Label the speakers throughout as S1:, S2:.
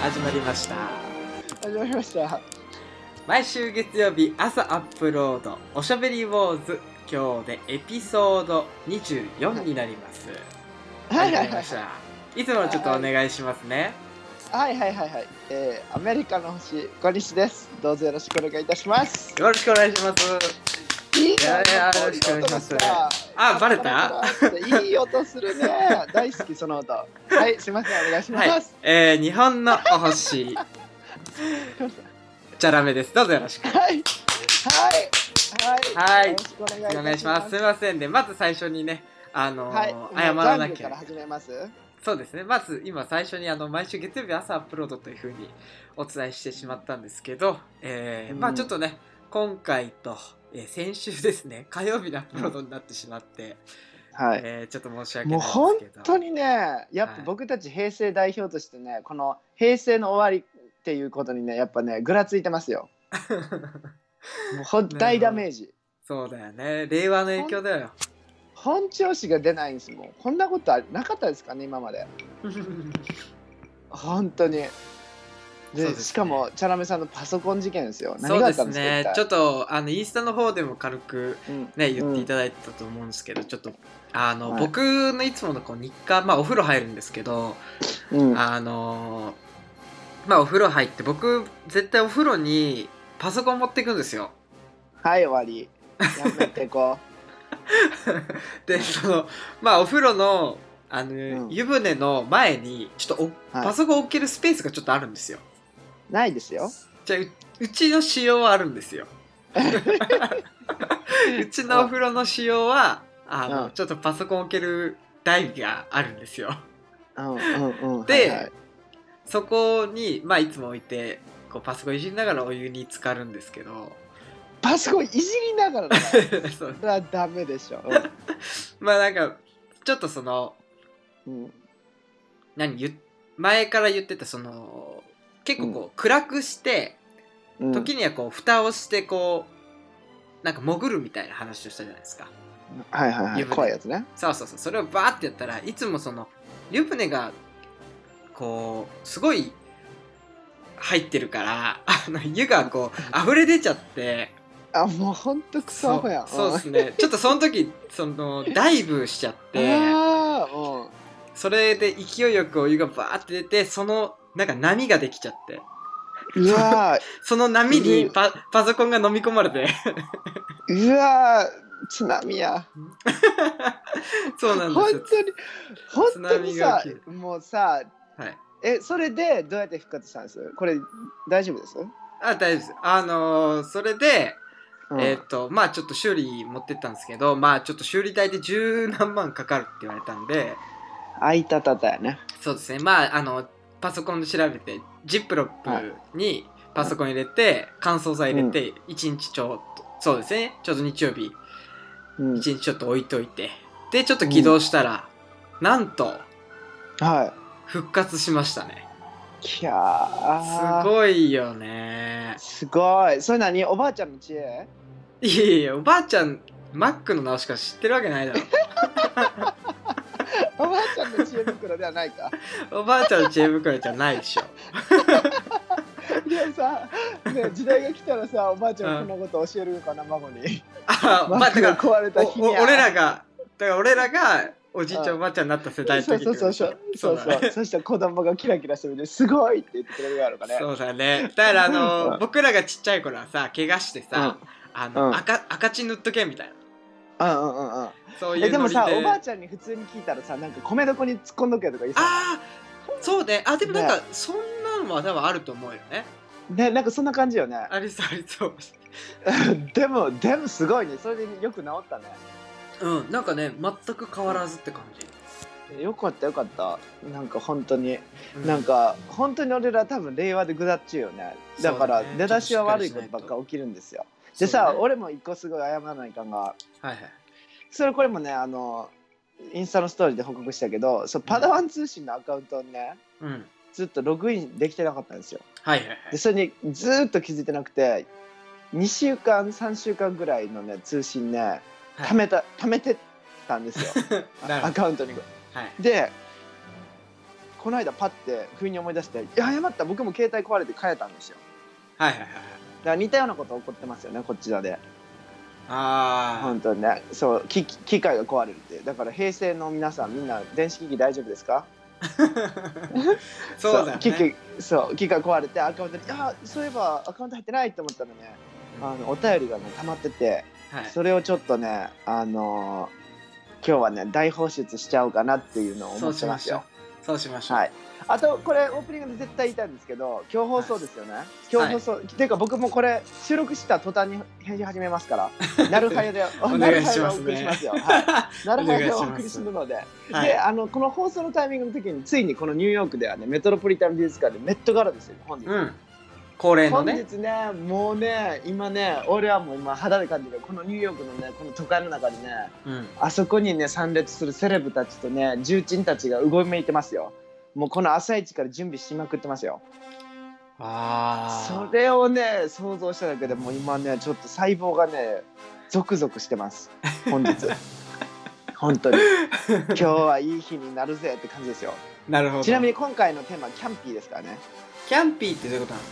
S1: 始まりました
S2: 始まりました。
S1: 毎週月曜日朝アップロードおしゃべりウォーズ今日でエピソード24になります、
S2: はい
S1: 始ま
S2: はい
S1: り
S2: は
S1: ま
S2: い
S1: し。たいつものちょっとお願いしますね
S2: はいはいはいはい。えー、アメリカの星、小西です。どうぞよろしくお願いいたします。
S1: よろしくお願いします
S2: いい
S1: いやいやよろしくお願いしますあバレた
S2: いい音するね。大好き、その音。はい、すいません、お願いしま
S1: はい
S2: す。、
S1: えー、日本のお 星チャラメですどうぞよろしく
S2: はい。はい。
S1: はい
S2: よろしくお願いいた
S1: お願いしますすいませんねまず最初にねあの
S2: はい。
S1: ー謝らな
S2: ジャンル
S1: き
S2: から
S1: ゃ
S2: 始めます。
S1: そうですねまず今最初にあの毎週月曜日朝アップロードというふうにお伝えしてしまったんですけど、えー
S2: うん
S1: まあちょっとね今回と、えー先週ですね 火曜日のアップロードになってしまって、
S2: はい。
S1: えーちょっと申し訳ない
S2: も
S1: ん
S2: う
S1: です
S2: 本
S1: けど
S2: 当にね、やっ
S1: はい
S2: ぱ僕たち平成代表としてね、この平成の終わりっていうことにね、やっぱね、ぐらついてますよ。もうほん
S1: なるほど
S2: 大ダメージ。
S1: そうだよね令和の影響だよ
S2: 本調子が出ないんですもん。こんなことありなかったですかね、今まで。本当に。で
S1: そうですね
S2: しかも、チャラメさんのパソコン事件ですよ。
S1: そ
S2: 何
S1: う
S2: があ
S1: で
S2: った
S1: す
S2: んですか
S1: ねちょっとあのインスタの方でも軽く
S2: と、うん
S1: ね、言っていただいてたと思うんですけど、ちょっとあの、
S2: はい
S1: 僕のいつものこう日課、まあ、お風呂入るんですけど、
S2: うん
S1: あのーまあお風呂入って僕絶対お風呂にパソコン持ってくんですよ
S2: はい、終わり。やめて こ
S1: でそのまあお風呂のあの、
S2: うん
S1: 湯船の前にちょっとお、
S2: はい
S1: パソコン置けるスペースがちょっとあるんですよ
S2: う。ないですよ。
S1: じゃあううちの仕様はあるん ですようちのお風呂の仕様はあの、
S2: うん
S1: ちょっとパソコン置ける台があるんですよ
S2: うんうんうん。
S1: で
S2: はいはい
S1: そこにまあいつも置いてこうパソコンいじりながらお湯に浸かるんですけど
S2: パソコンいじりながらだから。
S1: そう
S2: それはダメでしょ。
S1: まあなんかちょっとその
S2: うんうん
S1: 何言っ前から言ってたその結構こう、暗くして
S2: うん
S1: 時にはこう蓋をしてこうなんか潜るみたいな話をしたじゃないですか
S2: はいはいは
S1: 湯
S2: い。
S1: 船
S2: 怖いやつね。
S1: そうそうそうそれをバーってやったらいつもその湯船がこうすごい入ってるからあの湯がこう溢れ出ちゃって
S2: あ、もうほんとクソアホやん。
S1: そうそうですねちょっとその時そのダイブしちゃっ
S2: うん
S1: て。
S2: ああ、うん。
S1: それで勢いよくお湯がバーって出てそのなんか波ができちゃって
S2: うわ
S1: その波に
S2: うん
S1: パパソコンが飲み込まれて
S2: ー、うわー、津波や。
S1: そうなんです
S2: 本
S1: よ、
S2: 当に、本当にさ
S1: 津波が起き、
S2: もうさ、
S1: はい、
S2: え、それでどうやって復活したんですこれ、大丈夫です、
S1: あ大丈夫ですあのーそれで、
S2: うん
S1: えっ、とまあちょっと修理持ってったんですけどまあちょっと修理代で十何万かかるって言われたんで
S2: あいたたたやね。
S1: そうですねまああのパソコンで調べてジップロップにパソコン入れて乾燥剤入れて1日ちょっと、そうですねちょうど日曜日
S2: うん、
S1: 一日ちょっと置いといてでちょっと起動したら、なんと
S2: は
S1: 復活しましたね
S2: い。きゃ
S1: す
S2: ー。
S1: ごいよね
S2: すごい。それ何おばあちゃんの知恵
S1: いやいやおばあちゃんマックの直しか知ってるわけないだ
S2: おばあちゃんの知恵袋ではない か。
S1: ろおばあちゃんの知恵袋じゃないでしょ
S2: いやさ、ね、時代が来たらさ、おばあちゃんこんなこと教えるかな、孫に。
S1: あま
S2: マ
S1: あ
S2: ック
S1: だ
S2: が
S1: か
S2: 壊れ
S1: ら
S2: た
S1: お
S2: 日
S1: お
S2: には。
S1: 俺らがだから俺らがおじいちゃ
S2: う
S1: お
S2: んん
S1: ばあちゃんになった世代
S2: そ
S1: の
S2: う
S1: 時
S2: そうそうそうそう
S1: だ
S2: そう
S1: ね
S2: そしたら子供がキラキラしてるですごいって言ってくれるやろうかね
S1: そうだねだからあ
S2: う
S1: の
S2: ん
S1: 僕らがちっちゃい頃はさ怪我してさ、あの、
S2: うん
S1: 赤赤血塗っとけみたいな
S2: うんうんうんうん
S1: そういう
S2: えでもさ
S1: ノリ
S2: おばあちゃんに普通に聞いたらさなんか米どこに突っ込んどけとか言いさ
S1: ああそうねあでもなんかそんなのは多分あると思うよね
S2: ねなんかそんな感じよね
S1: ありそうありそう
S2: でもでもすごいねそれでよく治ったね
S1: うんなんかね全く変わらずって感じ
S2: よかったよかったなんか本当に
S1: うん
S2: なんか本当に俺ら多分令和でぐだっちゅうよねだから
S1: そうだね
S2: 出だしは悪い
S1: ちょ
S2: こ
S1: っとしっかりしない
S2: と
S1: と
S2: ばっか起きるんですよでさ、
S1: そうね
S2: 俺も一個すごい謝らないかんが
S1: はいはい
S2: それこれもねあのインスタのストーリーで報告したけどそうパダワン通信のアカウントをね
S1: うん
S2: ずっとログインできてなかったんですよ
S1: はいはいはい
S2: でそれにずーっと気づいてなくて2週間3週間ぐらいのね通信ね
S1: はい
S2: 貯めた貯めてたんです よ
S1: なる
S2: ア
S1: ほど
S2: カウントに
S1: はい
S2: でこの間パッて不意に思い出して「いや謝った僕も携帯壊れて変えたんですよ」
S1: はいはいはいはい
S2: だから似たようなこと起こってますよねこっちらで
S1: あ
S2: 本当にねそう機機械が壊れるってだから平成の皆さんみんな電子機器大丈夫ですか
S1: ー そうだね
S2: 機器そう機械壊れてアカウントに「あそういえばアカウント入ってない」と思ったらねあのお便りがね溜まってて
S1: はい
S2: それをちょっとねあのー今日はね大放出しちゃおうかなっていうのを
S1: そ
S2: 思
S1: う
S2: っ
S1: してま
S2: ま
S1: し
S2: す
S1: ょう
S2: よ
S1: そうしましょう
S2: はい、あとこれオープニングで絶対言いたいんですけど今日放送ですよね、今日放送、っていうか僕もこれ収録した途端に編集始めますからなるはやで
S1: お
S2: な
S1: 願
S2: る
S1: い
S2: は
S1: し
S2: や
S1: ます
S2: でお送りし
S1: ね
S2: ますよ、 はい、
S1: は
S2: なるはやでお
S1: お願いします
S2: 送りするので、
S1: い
S2: であのこの放送のタイミングの時についにこのニューヨークではねメトロポリタン美術館でメットガラですよ本日、
S1: うん恒例の
S2: 本
S1: ね
S2: 日ねもうね今ね俺はもう今肌で感じるこのニューヨークのねこの都会の中でね
S1: うん
S2: あそこにね参列するセレブたちとね重鎮たちがうごめいてますよもうこの朝一から準備しまくってますよ
S1: ああ
S2: それをね想像しただけでもう今ねちょっと細胞がねゾクゾクしてます本日本当に今日はいい日になるぜって感じですよ
S1: なるほど
S2: ちなみに今回のテーマはキャンピーですからね
S1: キャンピーってどういうことなの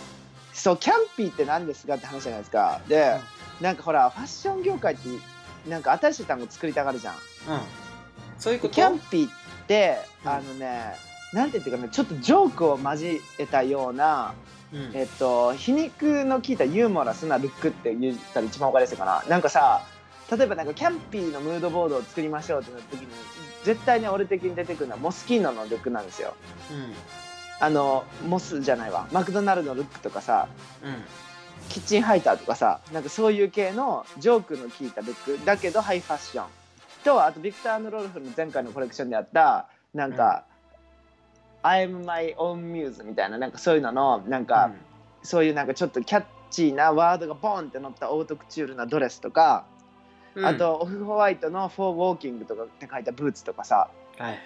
S2: そうキャンピーって何ですかって話じゃないですかで、なんかほらファッション業界ってなんか新しい単語作りたがるじゃん
S1: うんそういうこと
S2: キャンピーって、
S1: うん
S2: あのねなんて言っていうかねちょっとジョークを交えたような、
S1: うん
S2: えっと、皮肉の効いたユーモラスなルックって言ったら一番わかりやすいかななんかさ例えばなんかキャンピーのムードボードを作りましょうってなった時に絶対に俺的に出てくるのはモスキーノのルックなんですよ
S1: うん
S2: あのモスじゃないわマクドナルドのルックとかさ
S1: うん
S2: キッチンハイターとかさなんかそういう系のジョークの効いたルックだけどハイファッションとあとビクター・ロルフの前回のコレクションであったなんか「I'm my own muse」みたいななんかそういうののなんか、
S1: うん
S2: そういうなんかちょっとキャッチーなワードがボンって載ったオートクチュールなドレスとか、
S1: うん
S2: あとオフホワイトの「フォーウォーキング」とかって書いたブーツとかさ
S1: はいはい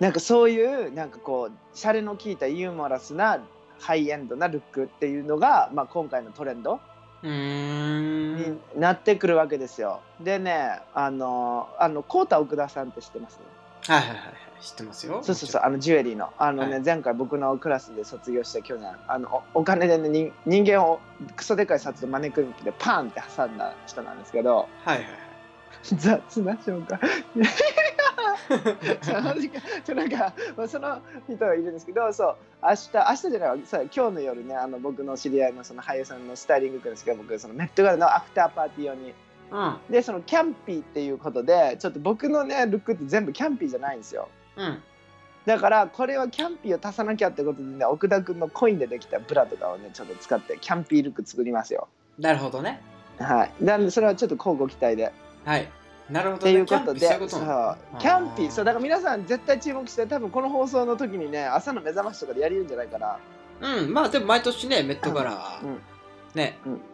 S2: なんかそういうなんかこうシャレの効いたユーモラスなハイエンドなルックっていうのが、まあ、今回のトレンド
S1: うーん
S2: になってくるわけですよ。でね、あの、あの、コータ奥田さんって知ってます、
S1: はいはいはいはい知ってますよ
S2: そうそうそう、あの、ジュエリーの。あのね、
S1: は
S2: 前回僕のクラスで卒業した去年、あの、おお金でね、に人間をクソでかい札とマネクリンプでパーンって挟んだ人なんですけど、
S1: はいはい
S2: 雑な紹介。ちょ
S1: は
S2: なんか、まあ、その人がいるんですけど、そう、明日、明日じゃないわ、そう今日の夜ね、あの、僕の知り合いのその俳優さんのスタイリング来るんですけど、僕、そのメットガラのアフターパーティー用に、
S1: いうん
S2: でそのキャンピーっていうことでちょっと僕のねルックって全部キャンピーじゃないんですよ
S1: うん
S2: だからこれはキャンピーを足さなきゃってことでね奥田君のコインでできたブラとかをねちょっと使ってキャンピールック作りますよ
S1: なるほどね
S2: はいなんでそれはちょっと乞うご期待で
S1: はいなるほ
S2: っ
S1: ど
S2: て
S1: ね
S2: いうことで
S1: キャンプそういうこと
S2: そ
S1: なの
S2: うキャンピ
S1: あー
S2: ーそうだから皆さん絶対注目して多分この放送の時にね朝の目覚ましとかでやれるんじゃないかな
S1: うんまあでも毎年ねメットガラ
S2: うん
S1: ね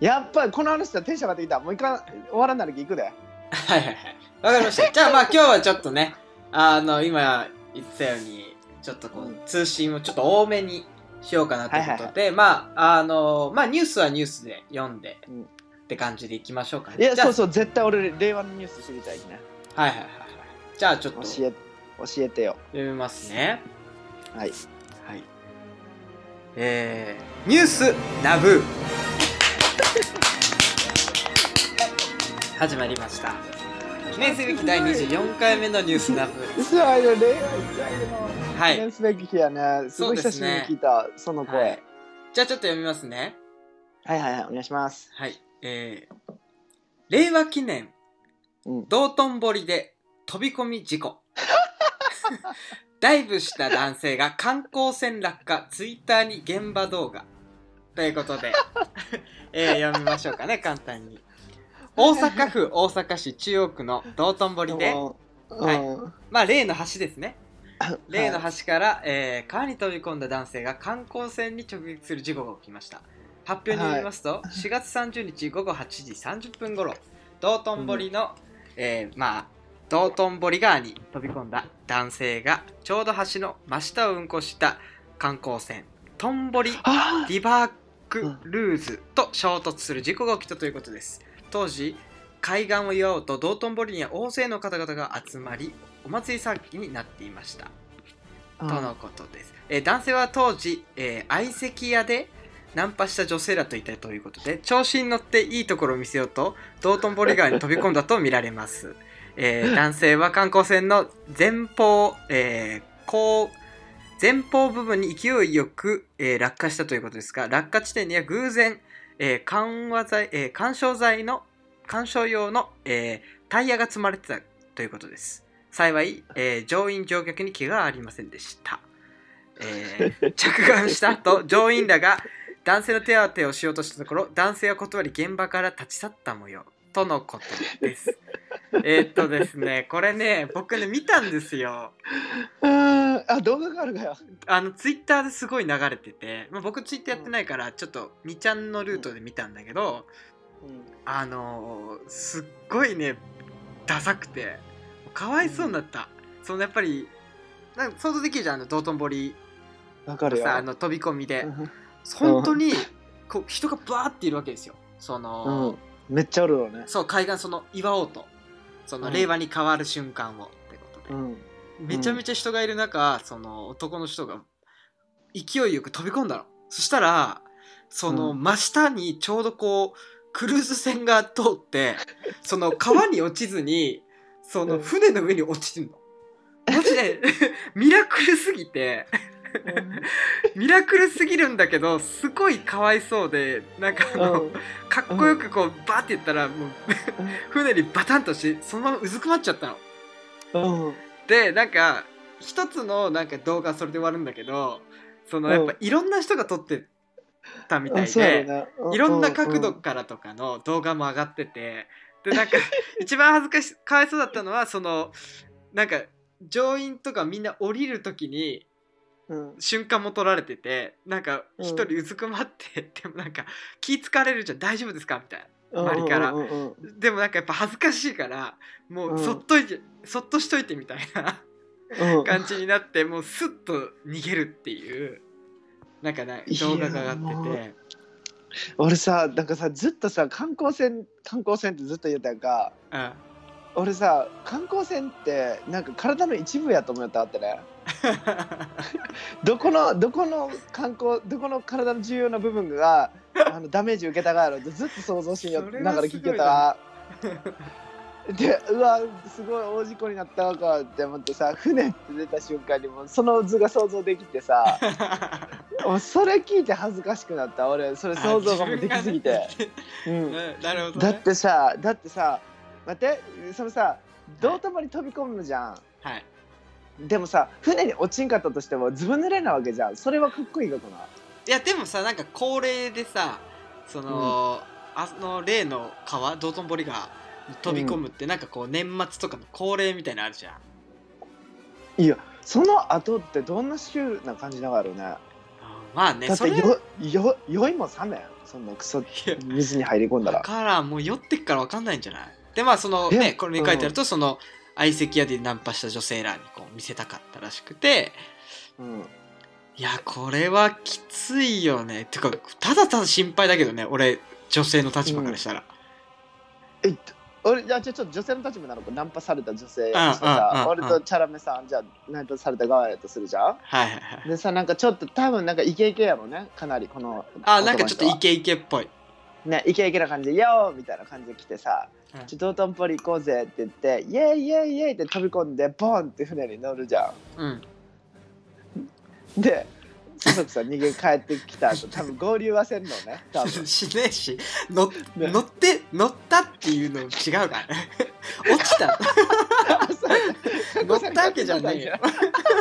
S2: やっぱりこの話はテンション上がってきたもう一回終わらんなる気いくで
S1: はいはいはいわかりま したじゃあまあ今日はちょっとねあの今言ってたようにちょっとこ
S2: う
S1: う通信をちょっと多めにしようかなということでまああのまあニュースはニュースで読んで
S2: うん
S1: って感じでいきましょうかね
S2: いや
S1: じゃあ
S2: そうそう絶対俺令和のニュース知りたいね
S1: はいはいはいはいじゃあちょっ
S2: 教
S1: と
S2: え教えてよ
S1: 読みますね
S2: はい
S1: はいえー、ニュースナブー 始まりました記念すべき第24回目のニュースナブー
S2: そうあの恋愛会での
S1: は
S2: 記
S1: い
S2: 念すべき日やね。すごい久しぶりに聞いた、その声、
S1: はいじゃあちょっと読みますね
S2: はいはいはい、お願いします。
S1: はいえー、令和記念
S2: うん。
S1: 道頓堀で飛び込み事故ダイブした男性が観光船落下ツイッターに現場動画ということで、 えー読みましょうかね簡単に大阪府大阪市中央区の道頓堀で
S2: も
S1: はい
S2: うん
S1: まあ例の橋ですね例の橋から、えー川に飛び込んだ男性が観光船に直撃する事故が起きました発表によりますと、4月30日午後8時30分頃道頓堀の、えーまあ道頓堀川に飛び込んだ男性がちょうど橋の真下を運航した観光船とんぼり
S2: あ
S1: リバークルーズと衝突する事故が起きたということです当時海岸を祝おうと道頓堀には大勢の方々が集まりお祭り騒ぎになっていました
S2: あ
S1: とのことです、えー男性は当時、えー相席屋でナンパした女性らといたということで調子に乗っていいところを見せようと道頓堀川に飛び込んだと見られます、えー男性は観光船の前方、えー後前方部分に勢いよく、えー落下したということですが落下地点には偶然、えー緩和剤、えー緩衝材の緩衝用の、えータイヤが積まれてたということです幸い、えー乗員乗客に怪我はありませんでした、えー 着岸した後乗員らが男性の手当てをしようとしたところ男性は断り現場から立ち去った模様とのことです えーっとですねこれね僕ね見たんですよ
S2: うんあ動画があるかよ
S1: あのツイッターですごい流れてて、まあ、僕ツイッターやってないからちょっと2ちゃんのルートで見たんだけど、あのーすっごいねダサくてかわいそうになった、そのやっぱりなんか想像できるじゃんあの道頓堀
S2: わか
S1: の
S2: るよ
S1: さあの飛び込みで、
S2: うん
S1: 本当にこう人がバーっているわけですよその、
S2: うんめっちゃおるよ ね
S1: そう海岸その祝おうとその
S2: うん
S1: 令和に変わる瞬間をってことで
S2: う、ん
S1: めちゃめちゃ人がいる中、その男の人が勢いよく飛び込んだのそしたらその
S2: う
S1: 真下にちょうどこうクルーズ船が通 ってその川に落ちずにそうの
S2: ん
S1: 船の上に落ちてんの。マジで ミラクルすぎてミラクルすぎるんだけどすごいかわいそうでなんかあ
S2: う
S1: の
S2: ん
S1: かっこよくこうバーって言ったらもう 船にバタンとしてそのままうずくまっちゃったの。
S2: うん
S1: でなんか一つのなんか動画それで終わるんだけどその
S2: うん
S1: やっぱいろんな人が撮ってたみた
S2: あ
S1: い
S2: そうや
S1: で、
S2: ろねう
S1: いろんな角度からとかの動画も上がっててでなん か一番恥ずかしかわいそうだったのはそのなんか乗員とかみんな降りる時に
S2: うんうん
S1: 瞬間も撮られててなんか
S2: うん
S1: 一人うずくまって、でもなんか気疲れるじゃん大丈夫ですかみたいな。周りから
S2: うんうんうん
S1: でもなんかやっぱ恥ずかしいからもううんそっといて、そっとしといてみたいな。
S2: うん
S1: 感じになってもうスッと逃げるっていうなんかない
S2: や
S1: 動画が上がって
S2: も
S1: て
S2: 俺さなんかさずっとさ観光船観光船ってずっと言うたやんか
S1: うん
S2: 俺さ観光船ってなんか体の一部やと思ったあってねどこのどこの観光どこの体の重要な部分があのダメージ受けたかやろってずっと想像しんよ
S1: それは
S2: ながら聞けたら。でうわすごい大事故になったわかって思ってさ船って出た瞬間にもうその図が想像でき てさもうそれ聞いて恥ずかしくなった俺それ 想像がもうできすぎて、うん、
S1: うんなるほど、ね、
S2: だってさだってさ待ってそのさ道頓堀飛び込むじゃん、
S1: はい
S2: でもさ船に落ちんかったとしてもずぶ濡れなわけじゃんそれはかっこいいかこない
S1: やでもさなんか恒例でさその、あの例の川道頓堀が飛び込むってなんかこう年末とかの恒例みたいなのあるじゃん
S2: いやその後ってどんなシュールな感じながらね
S1: まあね
S2: だっ
S1: そ
S2: て
S1: れ
S2: よよ酔いも冷めんそんなクソ
S1: いや
S2: 水に入り込んだ
S1: だ
S2: ら
S1: からもう酔ってっから分かんないんじゃないでまあそのね
S2: ね
S1: これに書いてあると、その相席屋でナンパした女性らにこう見せたかったらしくて
S2: うん
S1: いやこれはきついよねてかただただ心配だけどね俺女性の立場からしたら、
S2: えっと俺じゃあちょちょっと女性の立場なのかナンパされた女性
S1: ん
S2: としてさ
S1: うん
S2: 俺
S1: う
S2: と
S1: ん
S2: チャラメさんじゃあナンパされた側やとするじゃん
S1: はいはいはい
S2: でさなんかちょっと多分なんかイケイケやろねかなりこの
S1: あなんかちょっと
S2: 男の人は
S1: イケイケっぽい
S2: ね、イケイケな感じで「よー!」みたいな感じで来てさ
S1: うん
S2: 「ちょっと道頓堀行こうぜ」って言って「イエイイエイイエイ!」って飛び込んでボンって船に乗るじゃ
S1: うん
S2: ん。で家族さん逃げ帰ってきた 後多分合流はせんのね多分。
S1: しねえし乗っ
S2: ね
S1: 乗って乗ったっていうのも違うから ね落ちた乗ったわけじゃねえよ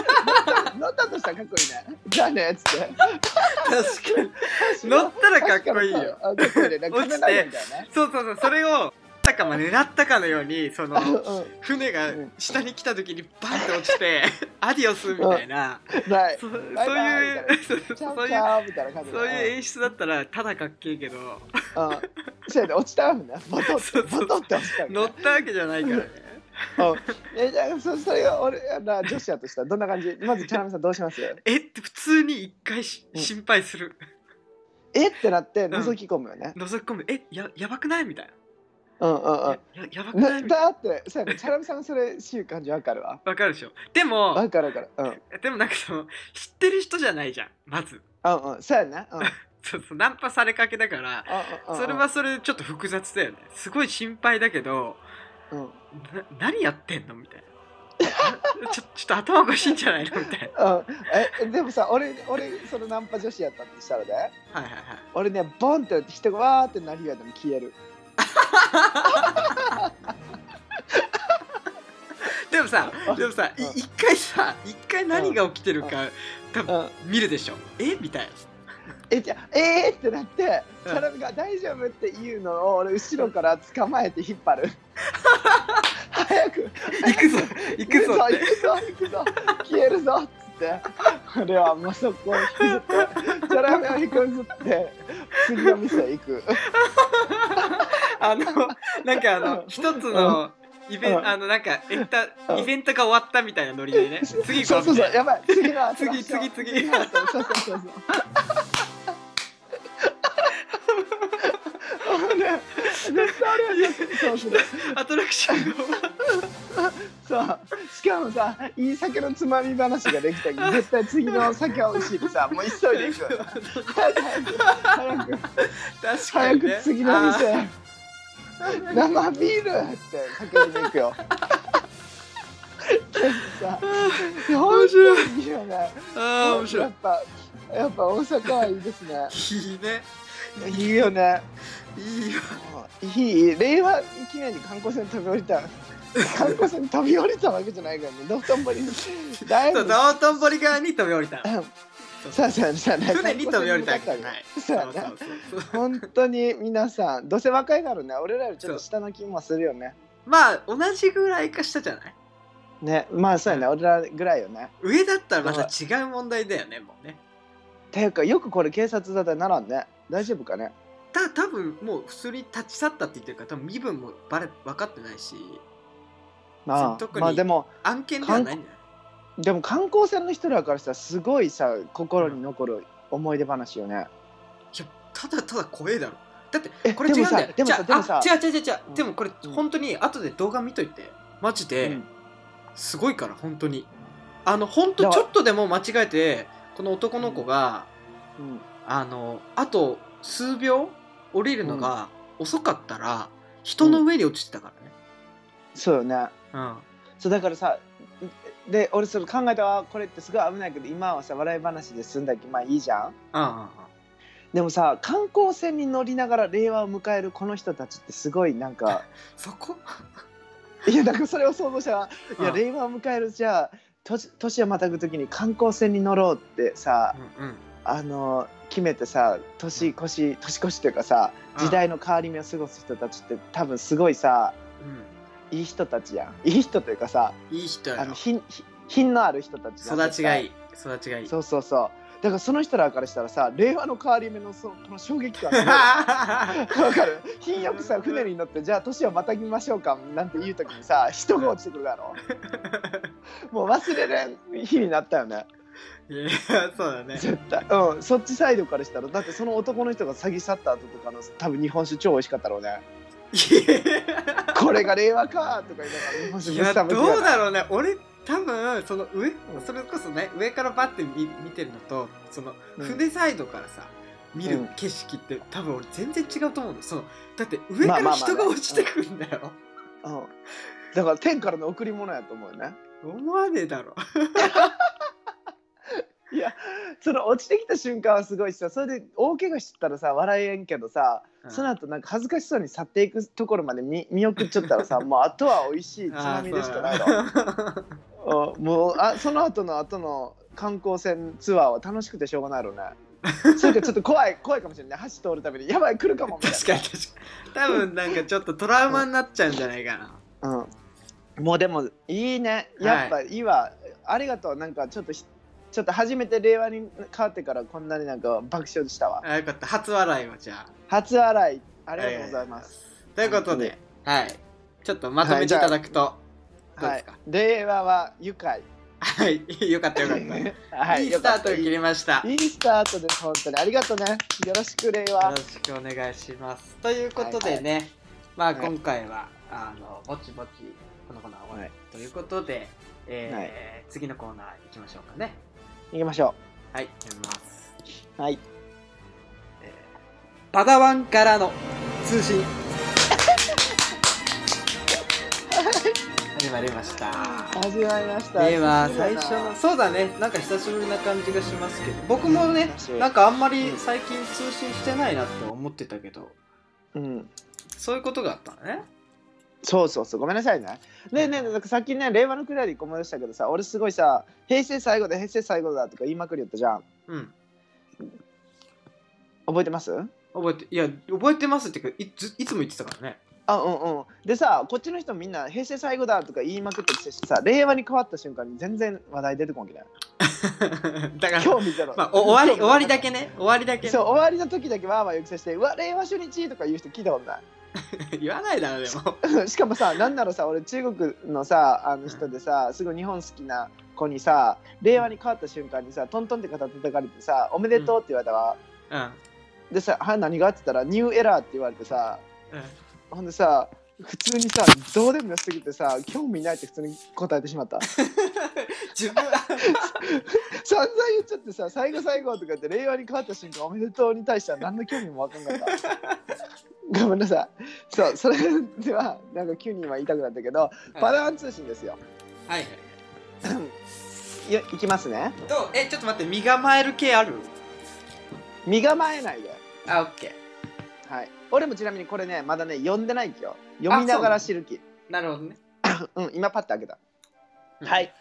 S2: 乗ったとしたらかっこいいね。じゃあねっつって。
S1: 確かに乗ったらかっこいいよ
S2: あかっこいいね。
S1: 落ちて
S2: 金ないんだよね。
S1: そうそうそうそれをだかまあ狙ったかのようにその
S2: う
S1: 船が下に来た時にバンって落ち て「アディオス」みたいな、
S2: んはい
S1: そそういう
S2: バイバイ
S1: そう
S2: チャ
S1: そ
S2: オ
S1: う
S2: チ
S1: いう
S2: ャオみたいな感じで
S1: そういう演出だったらただかっけえけど
S2: うんうんそうやで落ちたもんねボト
S1: そう
S2: ッ
S1: そう
S2: ボトって落ちたもん
S1: 乗
S2: ね
S1: ったわけじゃないからね
S2: うんえじゃあそそれが俺ら女子やとしたらどんな感じまずチャナミさんどうします
S1: えって普通に一回し
S2: うん
S1: 心配する
S2: えってなって覗き込むよね
S1: 覗き込むえややばくないみたい
S2: うんうん
S1: な
S2: う
S1: やややばく
S2: ん
S1: な
S2: ない
S1: みたいな
S2: だってそうやねチャナミさんそれしゅう感じわかるわ
S1: わかるでしょでも
S2: わかるわかるうん
S1: でもなんかその知ってる人じゃないじゃんまず
S2: うんうんそうやなうんうん
S1: そうそうナンパされかけだから
S2: うんう ん
S1: それはそれでちょっと複雑だよねすごい心配だけど
S2: うんうん
S1: な何やってんのみたいな ちょちょっと頭おかしいんじゃないのみたい
S2: えでもさ俺俺そのナンパ女子やったとしたらね
S1: なはいはいはい
S2: 俺ねボンって打って人がわーってなるようでも消える
S1: でもさ
S2: あ
S1: でもさい
S2: うん
S1: 一回さ一回何が起きてるか
S2: うん
S1: 見るでしょえみたいな
S2: えじゃあえーってなって
S1: うん
S2: チャラミが「大丈夫?」って言うのを俺後ろから捕まえて引っ 張る早く
S1: 行 くぞ行くぞって
S2: 行くぞ行くぞ消えるぞっつって俺はもうそこを引きずってチャラメを引きずって次の店行く
S1: あのなんかあの
S2: うん
S1: 一つのイベン
S2: うん
S1: トあのなんかエンタ
S2: うん
S1: イベントが終わったみたいなノリでね次
S2: そ
S1: 行
S2: う
S1: こうみ
S2: そうそ
S1: た
S2: う
S1: いな
S2: やばい次のアトラク
S1: 次
S2: ション
S1: 次次
S2: のアトラクションそうそうそうそう俺絶対俺はそうする
S1: アトラクションが終わっ
S2: そうしかもさいい酒のつまみ話ができたけど絶対次の酒は美味しいでさもう急いでいくよね早く早く
S1: 確か
S2: 早
S1: に
S2: く
S1: ね
S2: 次の
S1: あー
S2: 店生ビールって叫びに行く よでもさ
S1: 面白い
S2: いいよね
S1: あー面白
S2: や
S1: い
S2: っぱやっぱ大阪はいいですね
S1: いいね
S2: いいよね
S1: いいよ
S2: いい令和記念に観光船飛び降 りた観光船飛び降りたわけじゃないからね道頓堀にだい
S1: そう
S2: ぶ
S1: 道頓堀側に飛び降りたそう
S2: さあさあさあ
S1: 船に飛び降りたわけじゃない
S2: そうやな
S1: そうそうそうそう
S2: 本当に皆さんどうせ若いだろうね俺らよりちょっと下の気もするよね
S1: まあ同じぐらいかしたじゃない
S2: ねまあそうやね俺らぐらいよね
S1: 上だったらまた違う問題だよねもうね
S2: ていうかよくこれ警察だったらならんね大丈夫かね
S1: た多分もう普通に立ち去ったって言ってるから多分身分もバレ分かってないし
S2: ま
S1: 特
S2: あ
S1: に
S2: まあでも
S1: 案件ではないんじゃない
S2: でも観光船の人らからしたらすごいさ心に残る思い出話よね
S1: いやただただ怖えだろだって
S2: え
S1: これ違うんだよ
S2: でもさ
S1: じゃ
S2: でもさ
S1: あ
S2: で
S1: あ
S2: もさ
S1: 違う違う違う違う、
S2: うん
S1: でもこれ
S2: うん
S1: 本当に後で動画見といてマジで、
S2: うん
S1: すごいから本当にあの本当
S2: だか
S1: ち
S2: ら
S1: ょっとでも間違えてこの男の子が、
S2: うん
S1: あのあと数秒降りるのが遅かったら、人の上に落ちてたからね
S2: そうよね
S1: うん、
S2: そうだからさで俺それ考えたわこれってすごい危ないけど今はさ笑い話で済んだけまあいいじゃん
S1: うんうんうん
S2: でもさ観光船に乗りながら令和を迎えるこの人たちってすごいなんか
S1: そこ
S2: いやだからそれを想像したらいや
S1: うん
S2: 令和を迎えるじゃあ年年をまたぐ時に観光船に乗ろうってさ
S1: うんうん
S2: あの決めてさ年越し年越しというかさ時代の変わり目を過ごす人たちって多分すごいさいい人たちやんいい人というかさ
S1: うん、いい人
S2: あ
S1: や
S2: の
S1: ろ
S2: 品品品のある人たち
S1: 育ちがい
S2: い
S1: い育ちがいい
S2: そうそうそうだからその人らからしたらさ令和の変わり目のそのこの衝撃感わかる品よくさ船に乗ってじゃあ年をまたぎましょうかなんて言う時にさ人が落ちてくるだろもう忘れれん日になったよね
S1: いやそうだね
S2: 絶対うんそっちサイドからしたらだってその男の人が詐欺去った後とかの多分日本酒超美味しかったろうねこれが令和かとか言いながら日本酒
S1: い
S2: ぶ
S1: や
S2: っさ
S1: ど
S2: ぶってや
S1: う
S2: な
S1: だろうね俺多分その上、
S2: ん
S1: それこそね上からバッて見見てるのとその
S2: うん
S1: 船サイドからさ、見
S2: うん
S1: る景色って多分俺全然違うと思うんだよそのだって上か
S2: ま
S1: ら
S2: あまあまあ
S1: 人が落ちてくんだよ、
S2: うんだから天からの贈り物やと思うよね
S1: 思わねえだろ
S2: いやその落ちてきた瞬間はすごいしさそれで大怪我しちゃったらさ笑えんけどさ、その後なんか恥ずかしそうに去っていくところまで見見送っちゃったらさもうあとは美味しいつまみでしかないの
S1: ろ
S2: うんもうあその後の後の観光船ツアーは楽しくてしょうがないろうねそれかちょっと怖い 怖いかもしれない橋通るたびにやばい来るかも み
S1: 確
S2: た
S1: か
S2: い
S1: に確かに多分なんかちょっとトラウマになっちゃうんじゃないかな
S2: なうん、もうでもいいねやっぱいいわ、ありがとうなんかちょっとひちょっと初めて令和に変わってからこんなになんか爆笑したわ
S1: あよかった初笑いをじゃあ
S2: 初笑いあ
S1: あ
S2: りがとうございます、
S1: ということではいちょっとまとめていただくとどう
S2: は
S1: です
S2: い
S1: か、
S2: 令和は 愉快
S1: はい、 よかったよかっ
S2: は
S1: たいいスタートを切りました
S2: いいスタートです、本当に。ありがとうね。よろしく、令
S1: よ
S2: 和
S1: ろ。しくお願いします。ということでね、まあ
S2: はい
S1: 今回は、あのぼちぼちこのコーナー終わり、
S2: はい
S1: ということで、えー次のコーナー行きましょうかね。
S2: 行きましょ
S1: はい、読みます。
S2: う。はい。
S1: えーパダワンからの通信。始まりま した。
S2: 始まりました。
S1: では最初
S2: の
S1: のそうだねなんか久しぶりな感じがしますけど僕もね
S2: 久しぶり
S1: なんかあんまり最近通信してないなって思ってたけど
S2: うん。
S1: そういうことがあったのね
S2: そうそうそう、ごめんなさいね。ねえねえ、なんかさっきね、令和のくだり思い出したけどさ、俺すごいさ、平成最後だ、平成最後だとか言いまくりよったじゃん。
S1: うん
S2: 覚えてます
S1: 覚えていや覚えてますっていうかいついつも言ってたからね
S2: あ、うんうん。でさ、こっちの人みんな、平成最後だとか言いまくってるしさ、令和に変わった瞬間に全然話題出てこんけない。
S1: だ から、
S2: 興味ゼロ。
S1: まあ、お終わり終
S2: 興味ゼロ
S1: わりだけね終わりだけ、
S2: そう、終わりの時だけわーわー抑制して、うわ、令和初日とか言う人聞いたことない。
S1: 言わないだろでも
S2: しかもさなんならさ俺中国のさあの人でさすごい日本好きな子にさ令和に変わった瞬間にさトントンって肩叩かれてさ「おめでとう」って言われたわ、
S1: うん、
S2: でさ「は何が?」って言ったら「ニューエラー」って言われてさ
S1: うん、
S2: ほんでさ普通にさどうでもよすぎてさ興味ないって普通に答えてしまった
S1: 自分
S2: 散々言っちゃってさ「最後最後」とか言って令和に変わった瞬間「おめでとう」に対しては何の興味もわかんなかった ごめんなさいそうそれではなんか9人は言いたくなったけどパダワン通信ですよ
S1: はいはい
S2: いや行きますね
S1: どうえちょっと待って身構える系ある
S2: 身構えないで、
S1: あオッケ
S2: はい、俺もちなみにこれねまだね読んでないんですよ読みながら知る気
S1: ーなるほどね
S2: う、ん、今パッと開けた
S1: うん
S2: はい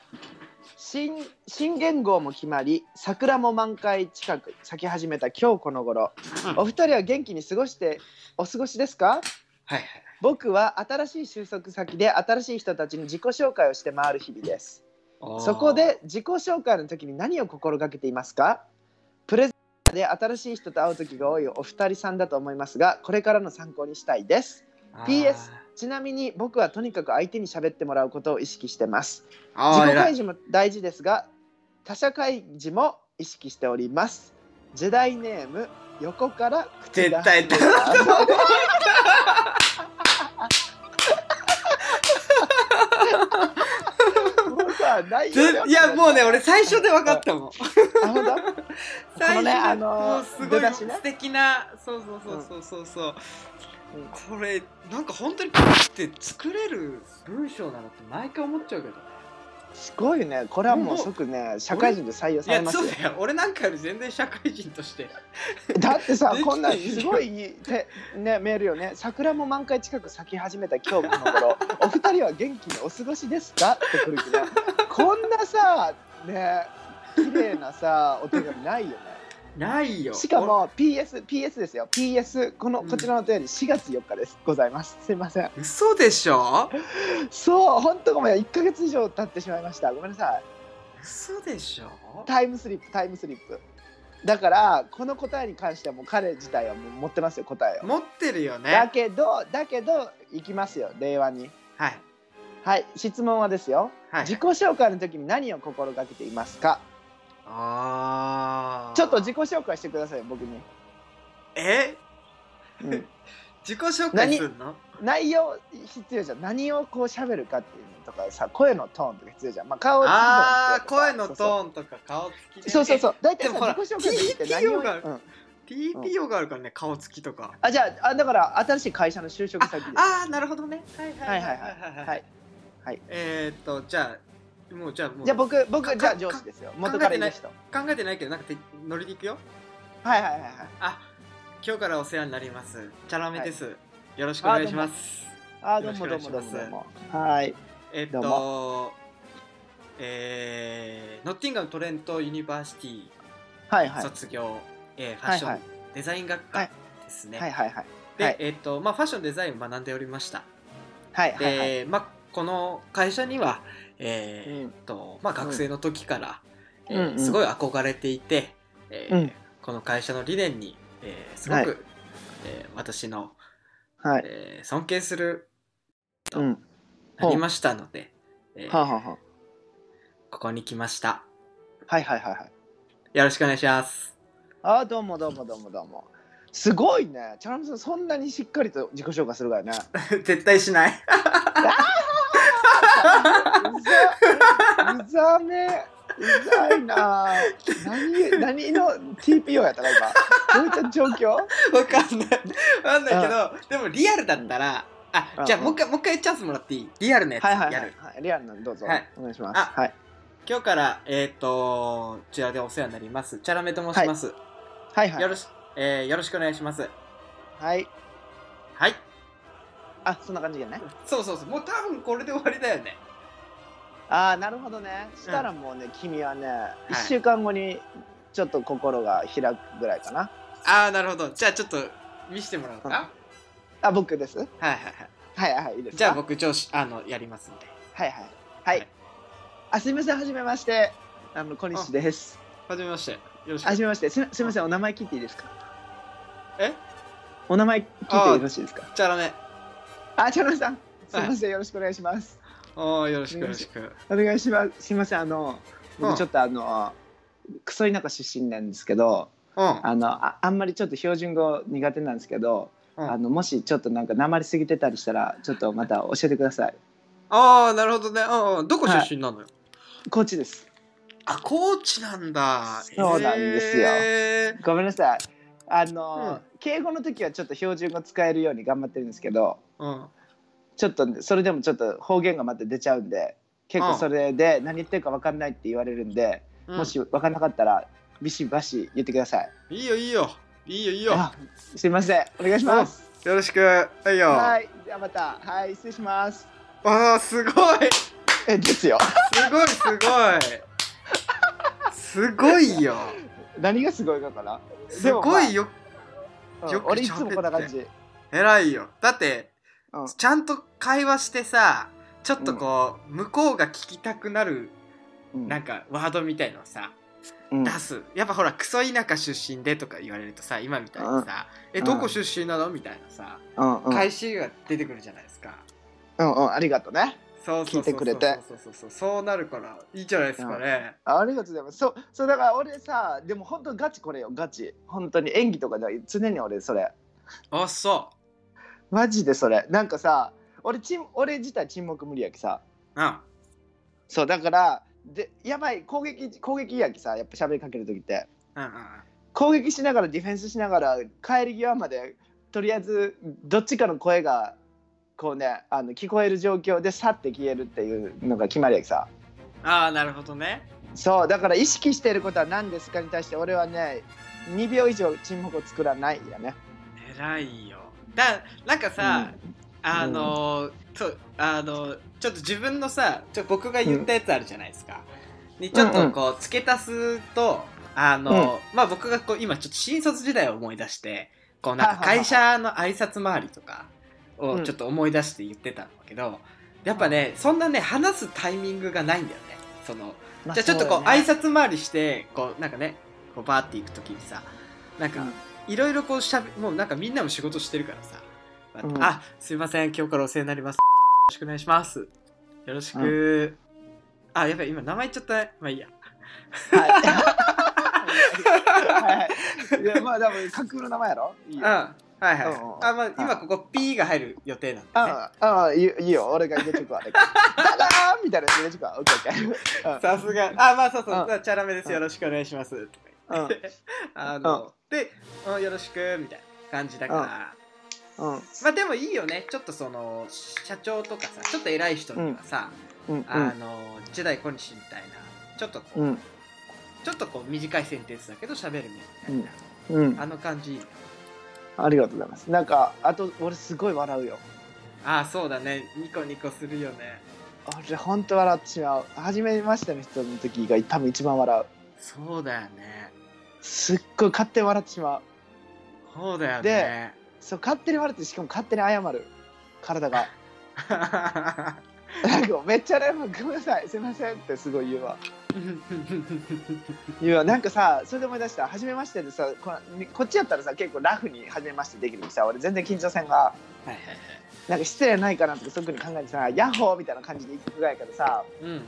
S2: 新新元号も決まり桜も満開近く咲き始めた今日この頃
S1: うん
S2: お二人は元気に過ごしてお過ごしですか
S1: はい
S2: 僕は新しい就職先で新しい人たちに自己紹介をして回る日々です
S1: はい
S2: そこで自己紹介の時に何を心がけていますかプレゼンで新しい人と会う時が多いお二人さんだと思いますがこれからの参考にしたいです
S1: あー
S2: PS ちなみに僕はとにかく相手に喋ってもらうことを意識してます
S1: あー
S2: 自己
S1: 偉
S2: 開
S1: い
S2: 示も大事ですが他者開示も意識しておりますジェダイネーム横から口
S1: 絶対だ
S2: もうさ内容量
S1: ずいやもうね俺最初で分かったもん
S2: あ本当このねあの
S1: もうすご
S2: 出だし
S1: い
S2: ね
S1: 素敵なそうそうそうそうそうそう、
S2: うん
S1: これなんか本当にこうやって作れる文章なのって毎回思っちゃうけどね
S2: すごいねこれはもう即ね社会人で採用
S1: い
S2: され
S1: や
S2: ます
S1: そ
S2: よ
S1: うだよ俺なんかより全然社会人として
S2: だってさ
S1: できてる
S2: こんなんすごいいいてねメールよね桜も満開近く咲き始めた今日この頃お二人は元気にお過ごしですかってくるけどこんなさね綺麗なさお手紙ないよね
S1: ないよ
S2: しかも PS PS ですよ PS このこちらのお便り4月4日ですございますすいません
S1: お嘘でしょ
S2: そう本当ごめん1ヶ月以上経ってしまいましたごめんなさい
S1: 嘘でしょ
S2: タイムスリップタイムスリップだからこの答えに関してはもう彼自体はもう持ってますよ答えを
S1: 持ってるよ
S2: だ
S1: ね
S2: けどだけど行きますよ令和に
S1: はい
S2: はい質問はですよ、
S1: はい
S2: 自己紹介の時に何を心がけていますか
S1: あー
S2: ちょっと自己紹介してくださいよ僕に、
S1: え
S2: うん、
S1: 自己紹介すんの
S2: 内容必要じゃん何をこう喋るかっていうのとかさ声のトーンとか必要じゃんまあ顔つきの
S1: ああー
S2: とか
S1: 声のトーンとか顔つきね
S2: そうそうそうそう大
S1: で
S2: 体さ
S1: もほら
S2: 自己紹介って何を、
S1: TPO が
S2: うん、
S1: え TPO があるからね顔つきとか
S2: あじゃああだから新しい会社の就職
S1: あ
S2: 先で
S1: あーなるほどねはいはいはい
S2: はい
S1: は
S2: はいいはい
S1: えーっとじゃあもうじゃあもう
S2: じゃあ僕
S1: か
S2: 僕じゃあ上司ですよ元からいる人
S1: 考えてないけどなんかてノリでいくよ
S2: はいはいはいはい
S1: あ今日からお世話になりますチャラメです、よろしくお願いします
S2: あーどうもどうもどうもどうもはい
S1: えっ
S2: どう
S1: とえー、ノッティンガムトレントユニバーシティ
S2: はいはい
S1: 卒業、えーファッション、
S2: はいは
S1: デザイン学科ですね。
S2: はいはいはい
S1: で、
S2: はい
S1: えっとまあ、ファッションデザインを学んでおりました。
S2: はいはいはい
S1: で、まあ、この会社には、えー
S2: うん
S1: えっとまあ、学生の時から、
S2: うん
S1: えー
S2: うんうん
S1: すごい憧れていて、えー
S2: うん
S1: この会社の理念に、えーすごく、
S2: は
S1: えー私の、
S2: はい
S1: えー尊敬する
S2: うん
S1: なりましたので、えー
S2: はあはあは
S1: ここに来ました。
S2: あはいはいはいはい
S1: よろしくお願いします。
S2: ああどうもどうもどうもどうもすごいねチャラムさんそんなにしっかりと自己紹介するからね
S1: 絶対しない。
S2: うざうざめうざいな何何の TPO やったら今どういった状況
S1: わかんない。わかんないけど、でもリアルだったら、
S2: う
S1: あ、
S2: ん
S1: じゃあ
S2: うん
S1: もう一回、もう一回チャンスもらっていいリアルなやつ
S2: はいはい
S1: や
S2: はい
S1: る。
S2: はいリアルなのどうぞ、
S1: はい
S2: お願いします
S1: あ
S2: はい
S1: 今日から、えっと、こちらでお世話になります。チャラメと申します。
S2: はいはい
S1: よろし、えーよろしくお願いします。
S2: はい
S1: はい。
S2: あそんな感じでね
S1: そうそうそう。もう多分これで終わりだよね。
S2: ああなるほどねしたらもうね、君はね
S1: い
S2: 1週間後にちょっと心が開くぐらいかな
S1: あー、なるほど。じゃあちょっと見せてもらおうか。
S2: うん
S1: はい
S2: あ僕ですはい
S1: はいはい。
S2: はいはいいいですか
S1: じゃあ僕、上司、あの、やりますんで。
S2: はいはいはい、
S1: はい
S2: あすみませんはじめましてあの小西です
S1: はじめまして。よろしく。
S2: はじめましてすみすみませんお名前聞いていいですか
S1: え
S2: お名前聞いてよろしいですか
S1: チャラメ。
S2: あチャンナさんすみません、よろしくお願いします
S1: おー、よろしく
S2: お
S1: よろ
S2: 願いし
S1: しく。
S2: お願いしますすみませんあの
S1: うん
S2: 僕ちょっとあの、クソ田舎出身なんですけど
S1: うん。
S2: あのああんまりちょっと標準語苦手なんですけど、
S1: うん
S2: あのもしちょっとなんかなまりすぎてたりしたらちょっとまた教えてください
S1: あー、なるほどね。うんうん。どこ出身なのよ。
S2: コーチです
S1: あ、コーチなんだ。
S2: そうなんですよ
S1: へ
S2: ごめんなさいあの、
S1: う
S2: 敬語の時はちょっと標準語使えるように頑張ってるんですけど
S1: ーうん。
S2: ちょっとそれでもちょっと方言がまた出ちゃうんで結構それで何言ってるか分かんないって言われるんで、
S1: うん
S2: もし分かんなかったらビシバシ言ってください
S1: いいよいいよ。いいよいいよ。
S2: あすいませんお願いします
S1: よろしく。はいよ。
S2: はいではまたはい失礼します
S1: ああすごい。
S2: えですよ
S1: すごい すごい。すごいよ。
S2: 何がすごいかかな
S1: すごいよ。
S2: うん
S1: よく
S2: 俺いつもこんな感じ
S1: 偉いよ。だって、
S2: うん
S1: ちゃんと会話してさ、ちょっとこう、向こうが聞きたくなる
S2: うん
S1: なんかワードみたいのをさ、
S2: うん
S1: 出す。やっぱほらクソ田舎出身でとか言われるとさ、今みたいにさ、え
S2: うん
S1: どこ出身なのみたいなさ、
S2: うんうん
S1: 返しが出てくるじゃないですか。
S2: うんうんありがとうね
S1: そうそうそうそう
S2: 聞いてくれて
S1: そうそうそうそうそうなるからいいじゃないですかね、
S2: ありがとうございますそうそうだから俺さでも本当ガチこれよガチ本当に演技とかじゃない常に俺それ
S1: あそ
S2: マジでそれなんかさ俺ちん俺自体沈黙無理やきさ
S1: うあ
S2: そうだからでやばい攻撃攻撃やきさやっぱ喋りかける時って
S1: うんうん
S2: 攻撃しながらディフェンスしながら帰り際までとりあえずどっちかの声がこうねあの聞こえる状況でさって消えるっていうのが決まりやきさ
S1: ああなるほどね
S2: そうだから意識してることは何ですかに対して俺はね2秒以上沈黙を作らないよね。
S1: 偉いよだなんかさ、あのーそうあのーちょっと自分のさちょ僕が言ったやつあるじゃないですか、にちょっとこう付け足すとあのーまあ僕がこう今ちょっと新卒時代を思い出してこうなんか会社の挨拶回りとかをちょっと思い出して言ってたんだけど、やっぱねそんなね話すタイミングがないんだよねその
S2: ま
S1: じゃあちょっとこう挨
S2: そう
S1: 拶回りしてこうなんかねこうバーって行く時にさなん
S2: う
S1: か
S2: ん
S1: いろいろこうしゃべもうなんかみんなも仕事してるからさ「
S2: うん
S1: あすいません今日からお世話になりますよろしくお願いしますよろしく、あやっぱり今名前言っちゃったねまあいいや
S2: だねはいはいはいいやまあでも架空の名前やろいい
S1: うん
S2: よ
S1: はいはい、
S2: うんうんうん
S1: あまあ今ここ P が入る予定なんだね
S2: あああいいよいいよ俺が入れちょくわあれダダーンみたいなやつ入れちょくわオッケーオッケーうん
S1: さすがあまあそうそう
S2: うん
S1: じゃあチャラめです
S2: うん
S1: よろしくお願いしますとか言って あのでうんよろしくみたいな感じだから、
S2: うん
S1: まあでもいいよねちょっとその社長とかさちょっと偉い人とかさ、
S2: うん
S1: あの時代小西みたいなちょっとこう、
S2: うん
S1: ちょっとこう短いセンテンスだけど喋るみたいな、
S2: うんうん
S1: あの感じいいね
S2: ありがとうございますなんかあと俺すごい笑うよ
S1: ああそうだねニコニコするよね
S2: 俺ほんと笑ってしまう初めましての人の時が多分一番笑う
S1: そうだよね
S2: すっごい勝手に笑ってしまう
S1: そうだよね。
S2: そう勝手に笑ってしかも勝手に謝る体がなんかめっちゃねごめんなさいすいませんってすごい言うわ言うわなんかさそれで思い出した初めましてでさこのこっちやったらさ結構ラフに初めましてできるのにさ俺全然緊張せんが
S1: はいはいはい。
S2: なんか失礼ないかなとかそういうふうに考えてさヤッホーみたいな感じで行くぐらいからさ
S1: うん。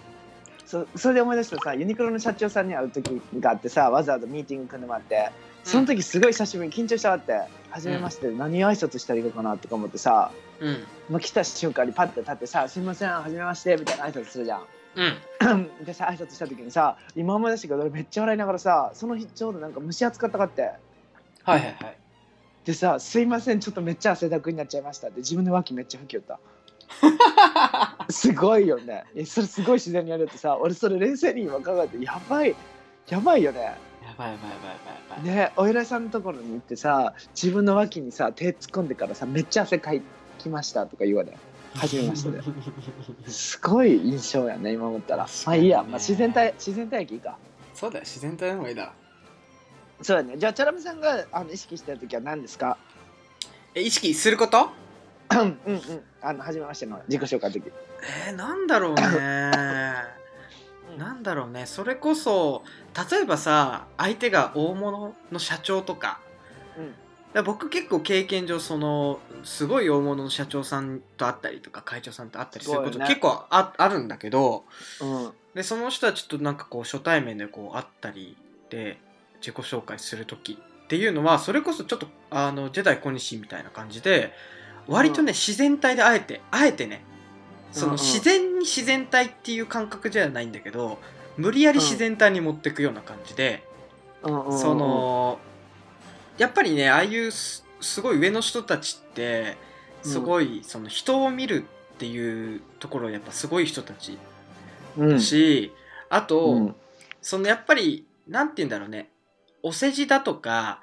S2: そそれで思い出したさユニクロの社長さんに会う時があってさわざわざミーティング組んでもらってその時すごい久しぶりに緊張したわって初めましてで何挨拶したらいいのかなとか思ってさ
S1: うん。
S2: もう来た瞬間にパッて立ってさ「すいませんはじめまして」みたいな挨拶するじゃん。
S1: うん。
S2: でさ挨拶した時にさ今までしか俺めっちゃ笑いながらさその日ちょうどなんか蒸し暑かったかって
S1: はいはいはい。
S2: でさ「すいませんちょっとめっちゃ汗だくになっちゃいました」って自分の脇めっちゃ吹き 寄ったすごいよねえそれすごい自然にやるってさ俺それ冷静に今考えてやばいやばいよね
S1: やばいやばいやばいやばい。
S2: ねお偉いさんのところに行ってさ自分の脇にさ手突っ込んでからさ「めっちゃ汗かいきました」とか言われ初めましてですごい印象やね今思ったら
S1: 確
S2: ま
S1: か
S2: あ
S1: にね
S2: いいや、まあ、自然体自然体液いいか
S1: そうだよ、自然体の方がいいだろ。
S2: そうだねじゃあチャラメさんがあの意識してる時は何ですか
S1: え、意識すること
S2: うんうんあの初めましての自己紹介の時
S1: えー、なんだろうね なんだろうねそれこそ例えばさ相手が大物の社長とか
S2: うん
S1: だから僕結構経験上そのすごい大物の社長さんと会ったりとか会長さんと会ったりするこ
S2: す
S1: と
S2: ごいね
S1: 結構あ,、あるんだけど
S2: うん
S1: でその人はちょっとなんかこう初対面でこう会ったりで自己紹介する時っていうのはそれこそちょっとあのジェダイ小西みたいな感じで割とね、
S2: うん
S1: 自然体であえてあえてねそ
S2: うん
S1: の
S2: うん
S1: 自然に自然体っていう感覚じゃないんだけど無理やり自然体に持ってくような感じで、
S2: うんうん
S1: そのやっぱりねああいうすすごい上の人たちってすごいその人を見るっていうところやっぱすごい人たち
S2: うん
S1: だし、あと、
S2: うん
S1: そのやっぱりなんて言うんだろうねお世辞だとか